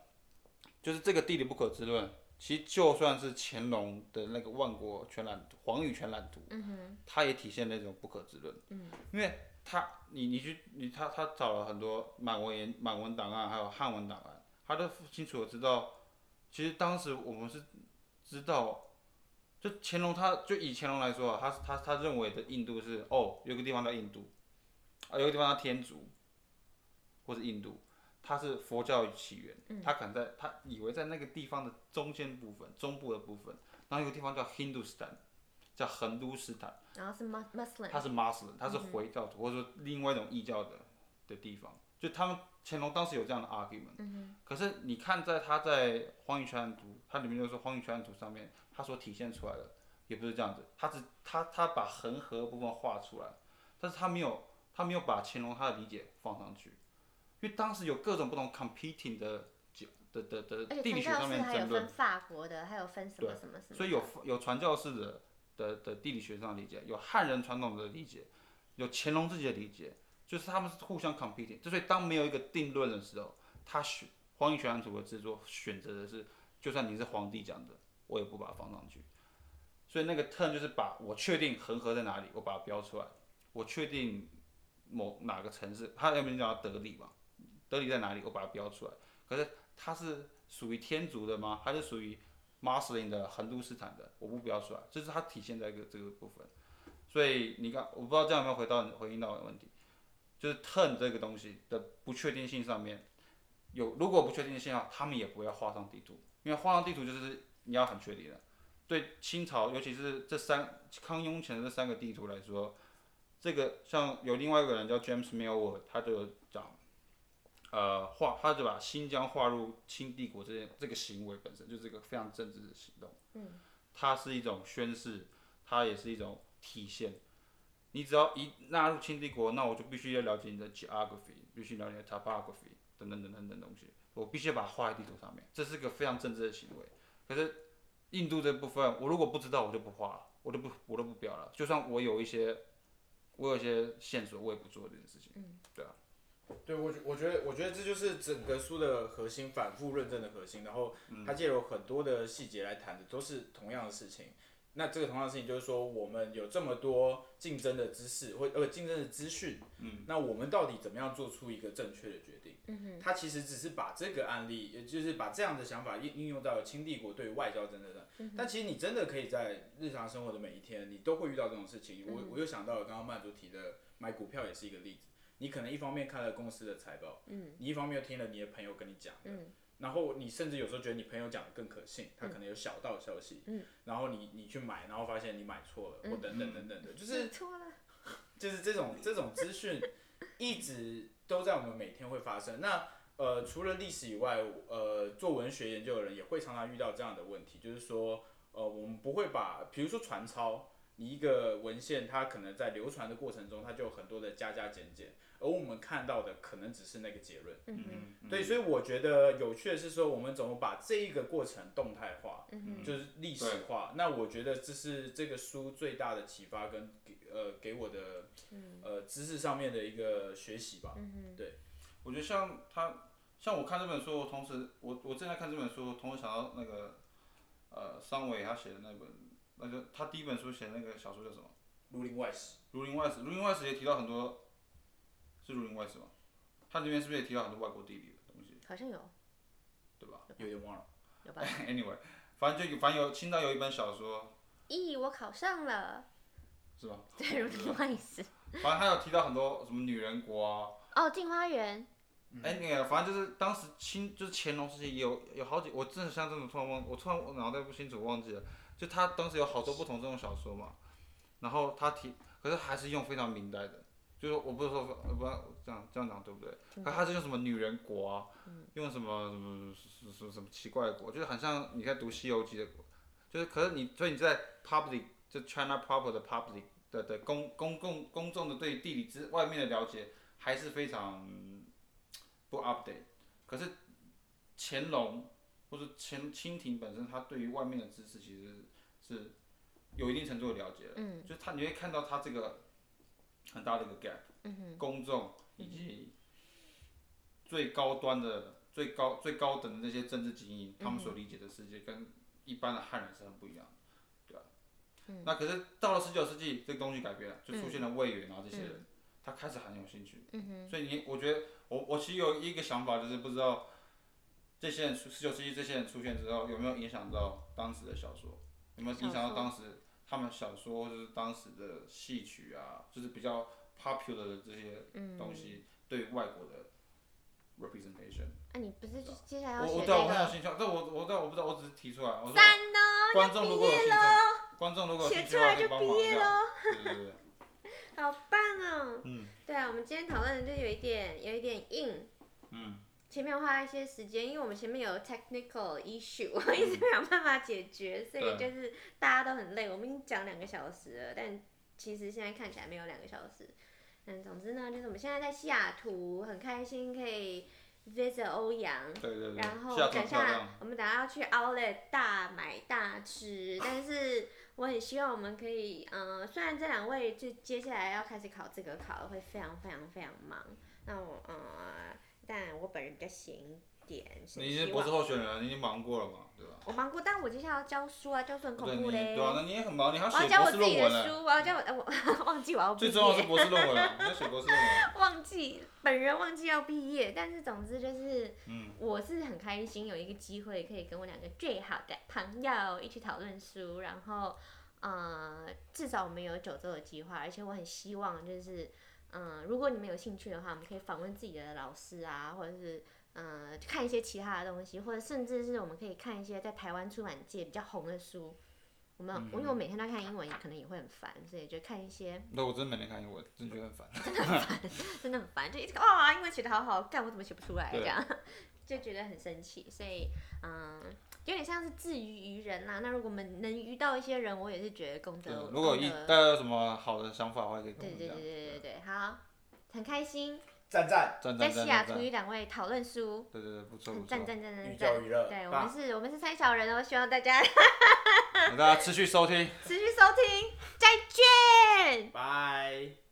[SPEAKER 2] 就是这个地理不可知论。其实就算是乾隆的那个万国全览图、黄宇全览图，
[SPEAKER 1] 嗯哼，
[SPEAKER 2] 它也体现那种不可知论。
[SPEAKER 1] 嗯，
[SPEAKER 2] 因为他你你去你他他找了很多满文言满文档案还有汉文档案，他都清楚的知道，其实当时我们是知道，就乾隆他就以乾隆来说啊，他他他认为的印度是哦有个地方叫印度，啊有个地方叫天竺，或是印度。它是佛教起源，他可能在他以为在那个地方的中间部分、中部的部分，然后有个地方叫 Hindustan，叫恒都斯坦，
[SPEAKER 1] 然后是 Mus- Muslim，
[SPEAKER 2] 他是 Muslim，他是
[SPEAKER 1] 嗯
[SPEAKER 2] 回教徒、或者说另外一种异教的的地方，就他们乾隆当时有这样的 argument，、
[SPEAKER 1] 嗯
[SPEAKER 2] 可是你看在他在《荒野全案图》，它里面就说《荒野全案图》上面他所体现出来的也不是这样子，他只他他把恒河的部分画出来，但是他没有他没有把乾隆他的理解放上去，因为当时有各种不同 competing 的的的的
[SPEAKER 1] 而且
[SPEAKER 2] 地
[SPEAKER 1] 传
[SPEAKER 2] 理学
[SPEAKER 1] 教
[SPEAKER 2] 上
[SPEAKER 1] 士
[SPEAKER 2] 面
[SPEAKER 1] 还有
[SPEAKER 2] 争论
[SPEAKER 1] 分。法国的，还有分什么什么什么，
[SPEAKER 2] 所以有有传教士的的的地理学上的理解，有汉人传统的理解，有乾隆自己的理解，就是他们是互相 competing。就所以当没有一个定论的时候，他选《黄奕全案图》的制作选择的是，就算你是皇帝讲的，我也不把它放上去。所以那个 turn 就是把我确定恒河在哪里，我把它标出来。我确定某哪个城市，他有没有讲到德里嘛？德里在哪里？我把它标出来。可是它是属于天竺的吗？它是属于 Muslim 的、恒都斯坦的，我不标出来，这是它体现在一个这个部分。所以你刚我不知道这样有没有回到回应到我的问题，就是 turn 这个东西的不确定性上面有，如果不确定性啊，他们也不要画上地图，因为画上地图就是你要很确定的。对清朝，尤其是这三康雍乾的这三个地图来说，这个像有另外一个人叫 James Millward，他就有讲，呃，划他就把新疆划入清帝国这件这个行为本身就是一个非常政治的行动。
[SPEAKER 4] 嗯，
[SPEAKER 2] 它是一种宣誓，它也是一种体现。你只要一纳入清帝国，那我就必须要了解你的 geography，必须了解 topography 等等等等等东西，我必须把它画在地图上面，这是个非常政治的行为。可是印度这部分，我如果不知道，我就不画了，我就不我都不标了。就算我有一些我有一些线索，我也不做这件事情。啊
[SPEAKER 3] 对我觉我觉得我觉得这就是整个书的核心，反复论证的核心。然后嗯它借由很多的细节来谈的都是同样的事情。那这个同样的事情就是说，我们有这么多竞争的知识或呃竞争的资讯，嗯，那我们到底怎么样做出一个正确的决定？
[SPEAKER 4] 嗯哼，
[SPEAKER 3] 他其实只是把这个案例，也就是把这样的想法应应用到了清帝国对于外交政策上。
[SPEAKER 4] 嗯
[SPEAKER 3] 但其实你真的可以在日常生活的每一天，你都会遇到这种事情。
[SPEAKER 4] 嗯
[SPEAKER 3] 我我又想到了刚刚曼竹提的买股票也是一个例子。你可能一方面看了公司的财报，嗯，你一方面又听了你的朋友跟你讲的，
[SPEAKER 4] 嗯
[SPEAKER 3] 然后你甚至有时候觉得你朋友讲的更可信，他可能有小道消息，
[SPEAKER 4] 嗯，
[SPEAKER 3] 然后你你去买，然后发现你买错了，或等等等等的，就是
[SPEAKER 4] 错了，
[SPEAKER 3] 就是这种这种资讯一直都在我们每天会发生。那呃，除了历史以外，呃，做文学研究的人也会常常遇到这样的问题，就是说，呃，我们不会把，比如说传抄，你一个文献，它可能在流传的过程中，它就有很多的加加减减，而我们看到的可能只是那个结论。
[SPEAKER 4] 嗯哼，
[SPEAKER 3] 对，所以我觉得有趣的是说，我们怎么把这一个过程动态化，
[SPEAKER 4] 嗯
[SPEAKER 3] 就是历史化。那我觉得这是这个书最大的启发跟给呃给我的
[SPEAKER 4] 嗯
[SPEAKER 3] 呃知识上面的一个学习吧。
[SPEAKER 2] 我觉得像他，像我看这本书，我同时我我正在看这本书，同时想到那个，呃，桑伟他写的那本，那个他第一本书写的那个小说叫什么？
[SPEAKER 3] 儒林外
[SPEAKER 2] 《
[SPEAKER 3] 史，
[SPEAKER 2] 儒林外史》，《儒林外史》也提到很多，是《儒林外史》吗？他里面是不是也提到很多外国地理的东西，
[SPEAKER 4] 好像有
[SPEAKER 2] 对吧
[SPEAKER 3] 有点忘了。
[SPEAKER 4] 有吧？
[SPEAKER 2] ？Anyway，反正就有反正有青岛有一本小说，
[SPEAKER 4] 咦，，E，我考上了，
[SPEAKER 2] 是吧？
[SPEAKER 4] 对，如
[SPEAKER 2] 我不知
[SPEAKER 4] 另
[SPEAKER 2] 道
[SPEAKER 4] 外一次。
[SPEAKER 2] 反正他有提到很多什么女人国啊，
[SPEAKER 4] 哦，镜花园，
[SPEAKER 2] 哎、那个反正就是当时清就是乾隆时期也有有好几，我真的像这种突然忘，我突然我脑袋不清楚忘记了，就他当时有好多不同这种小说嘛，然后他提，可是还是用非常明代的，就是我不是说呃不这样这样讲对不对？可他是用什么女人国啊，用什么什么什么什么什么奇怪的国，就是很像你在读《西游记》的国，就是可是你所以你在 public 就 China proper 的 public 的的公公共公众的对地理之外面的了解还是非常。不 update。可是乾隆或者乾清廷本身，他对于外面的知识其实是有一定程度的了解的。
[SPEAKER 4] 嗯，
[SPEAKER 2] 就是他你会看到他这个很大的一个 gap，、
[SPEAKER 4] 嗯哼，
[SPEAKER 2] 公众以及最高端的、最高最高等的那些政治精英，他们
[SPEAKER 4] 嗯
[SPEAKER 2] 所理解的世界跟一般的汉人是很不一样的。对吧？
[SPEAKER 4] 嗯
[SPEAKER 2] 那可是到了十九世纪，这个东西改变了，就出现了魏源啊这些人，他开始很有兴趣。
[SPEAKER 4] 嗯哼，
[SPEAKER 2] 所以你，我觉得我我其实有一个想法，就是不知道这些人十九世纪这些人出现之后，有没有影响到当时的小说，有没有影响
[SPEAKER 4] 小
[SPEAKER 2] 到
[SPEAKER 4] 说
[SPEAKER 2] 当时他们小说或者是当时的戏曲啊，就是比较 popular 的这些
[SPEAKER 4] 嗯
[SPEAKER 2] 东西、对外国的 representation。
[SPEAKER 4] 那啊你不是就接下来要
[SPEAKER 2] 我
[SPEAKER 4] 写
[SPEAKER 2] 我
[SPEAKER 4] 这
[SPEAKER 2] 对啊我很有
[SPEAKER 4] 个？
[SPEAKER 2] 兴趣，但我我但我不知道，我只是提出来，我说
[SPEAKER 4] 赞哦，
[SPEAKER 2] 观众如果有兴趣，观众如果有兴
[SPEAKER 4] 写
[SPEAKER 2] 趣
[SPEAKER 4] 出
[SPEAKER 2] 的话，
[SPEAKER 4] 来
[SPEAKER 2] 可以
[SPEAKER 4] 就
[SPEAKER 2] 帮
[SPEAKER 4] 毕
[SPEAKER 2] 忙一
[SPEAKER 4] 业
[SPEAKER 2] 下。
[SPEAKER 4] 喽，
[SPEAKER 2] 对对对，
[SPEAKER 4] 好棒哦！
[SPEAKER 2] 嗯，
[SPEAKER 4] 对啊，我们今天讨论的就有一点有一点硬，
[SPEAKER 2] 嗯，
[SPEAKER 4] 前面花了一些时间，因为我们前面有 technical
[SPEAKER 2] 嗯
[SPEAKER 4] issue，我一直没有办法解决，所以就是大家都很累。我们已经讲两个小时了，但其实现在看起来没有两个小时。嗯，总之呢，就是我们现在在西雅图，很开心可以 visit 欧阳。
[SPEAKER 2] 对对对，
[SPEAKER 4] 然后
[SPEAKER 2] 下图
[SPEAKER 4] 等
[SPEAKER 2] 漂亮
[SPEAKER 4] 下。我们等下要去 Outlet 大买大吃，但是我很希望我们可以，嗯、虽然这两位就接下来要开始考这个考了，会非常非常非常忙，那我，嗯、但我本人比较闲一点，所以
[SPEAKER 2] 你是
[SPEAKER 4] 希
[SPEAKER 2] 博士
[SPEAKER 4] 望
[SPEAKER 2] 候选人，你已经忙过了嘛，对吧？
[SPEAKER 4] 我忙过，但我接下来要教书啊，教书很
[SPEAKER 2] 对
[SPEAKER 4] 恐
[SPEAKER 2] 你
[SPEAKER 4] 怖嘞。
[SPEAKER 2] 对啊，那你也很忙，你还要
[SPEAKER 4] 我要
[SPEAKER 2] 写
[SPEAKER 4] 教
[SPEAKER 2] 博
[SPEAKER 4] 我
[SPEAKER 2] 士
[SPEAKER 4] 自己
[SPEAKER 2] 论文
[SPEAKER 4] 的
[SPEAKER 2] 呢。
[SPEAKER 4] 书，我要教我呃我 忘记我要毕
[SPEAKER 2] 最重要的
[SPEAKER 4] 业
[SPEAKER 2] 是，博士论文啊了，你要写博士论文。
[SPEAKER 4] 忘记本人忘记要毕业，但是总之就是
[SPEAKER 2] 嗯，
[SPEAKER 4] 我是很开心有一个机会可以跟我两个最好的朋友一起讨论书，然后嗯、呃，至少我们有九周的计划，而且我很希望就是，嗯、如果你们有兴趣的话，我们可以访问自己的老师啊，或者是嗯、呃看一些其他的东西，或者甚至是我们可以看一些在台湾出版界比较红的书。我们、
[SPEAKER 2] 嗯
[SPEAKER 4] 因为我每天都看英文，可能也会很烦，所以就看一些
[SPEAKER 2] 那我真的每天看英文，真的觉得很烦。
[SPEAKER 4] 真的很烦，就一直看哇，英文写的好好，干我怎么写不出来
[SPEAKER 2] 嗯对
[SPEAKER 4] 这样，就觉得很生气。所以嗯，有点像是自娱于人啦、那如果我们能遇到一些人，我也是觉得功
[SPEAKER 2] 对
[SPEAKER 4] 德。
[SPEAKER 2] 如果有嗯一
[SPEAKER 4] 功
[SPEAKER 2] 大
[SPEAKER 4] 德
[SPEAKER 2] 家有什么好的想法的话，可以跟
[SPEAKER 4] 对
[SPEAKER 2] 我们
[SPEAKER 4] 对对
[SPEAKER 2] 讲。
[SPEAKER 4] 对对对，好，很开心
[SPEAKER 3] 赞赞，
[SPEAKER 2] 赞
[SPEAKER 4] 在
[SPEAKER 2] 赞
[SPEAKER 4] 西
[SPEAKER 2] 赞
[SPEAKER 4] 雅
[SPEAKER 2] 赞
[SPEAKER 4] 图
[SPEAKER 2] 赞！
[SPEAKER 4] 与两位讨论书，
[SPEAKER 2] 对对对，不错不错
[SPEAKER 4] 很啊赞。赞赞赞
[SPEAKER 3] 寓教
[SPEAKER 4] 赞。
[SPEAKER 3] 于乐，
[SPEAKER 4] 嗯对我
[SPEAKER 3] 爸
[SPEAKER 4] 们是，我们是三小人哦，希望大家
[SPEAKER 2] 大家持续收听。
[SPEAKER 4] 持续收听，再见。
[SPEAKER 5] 拜。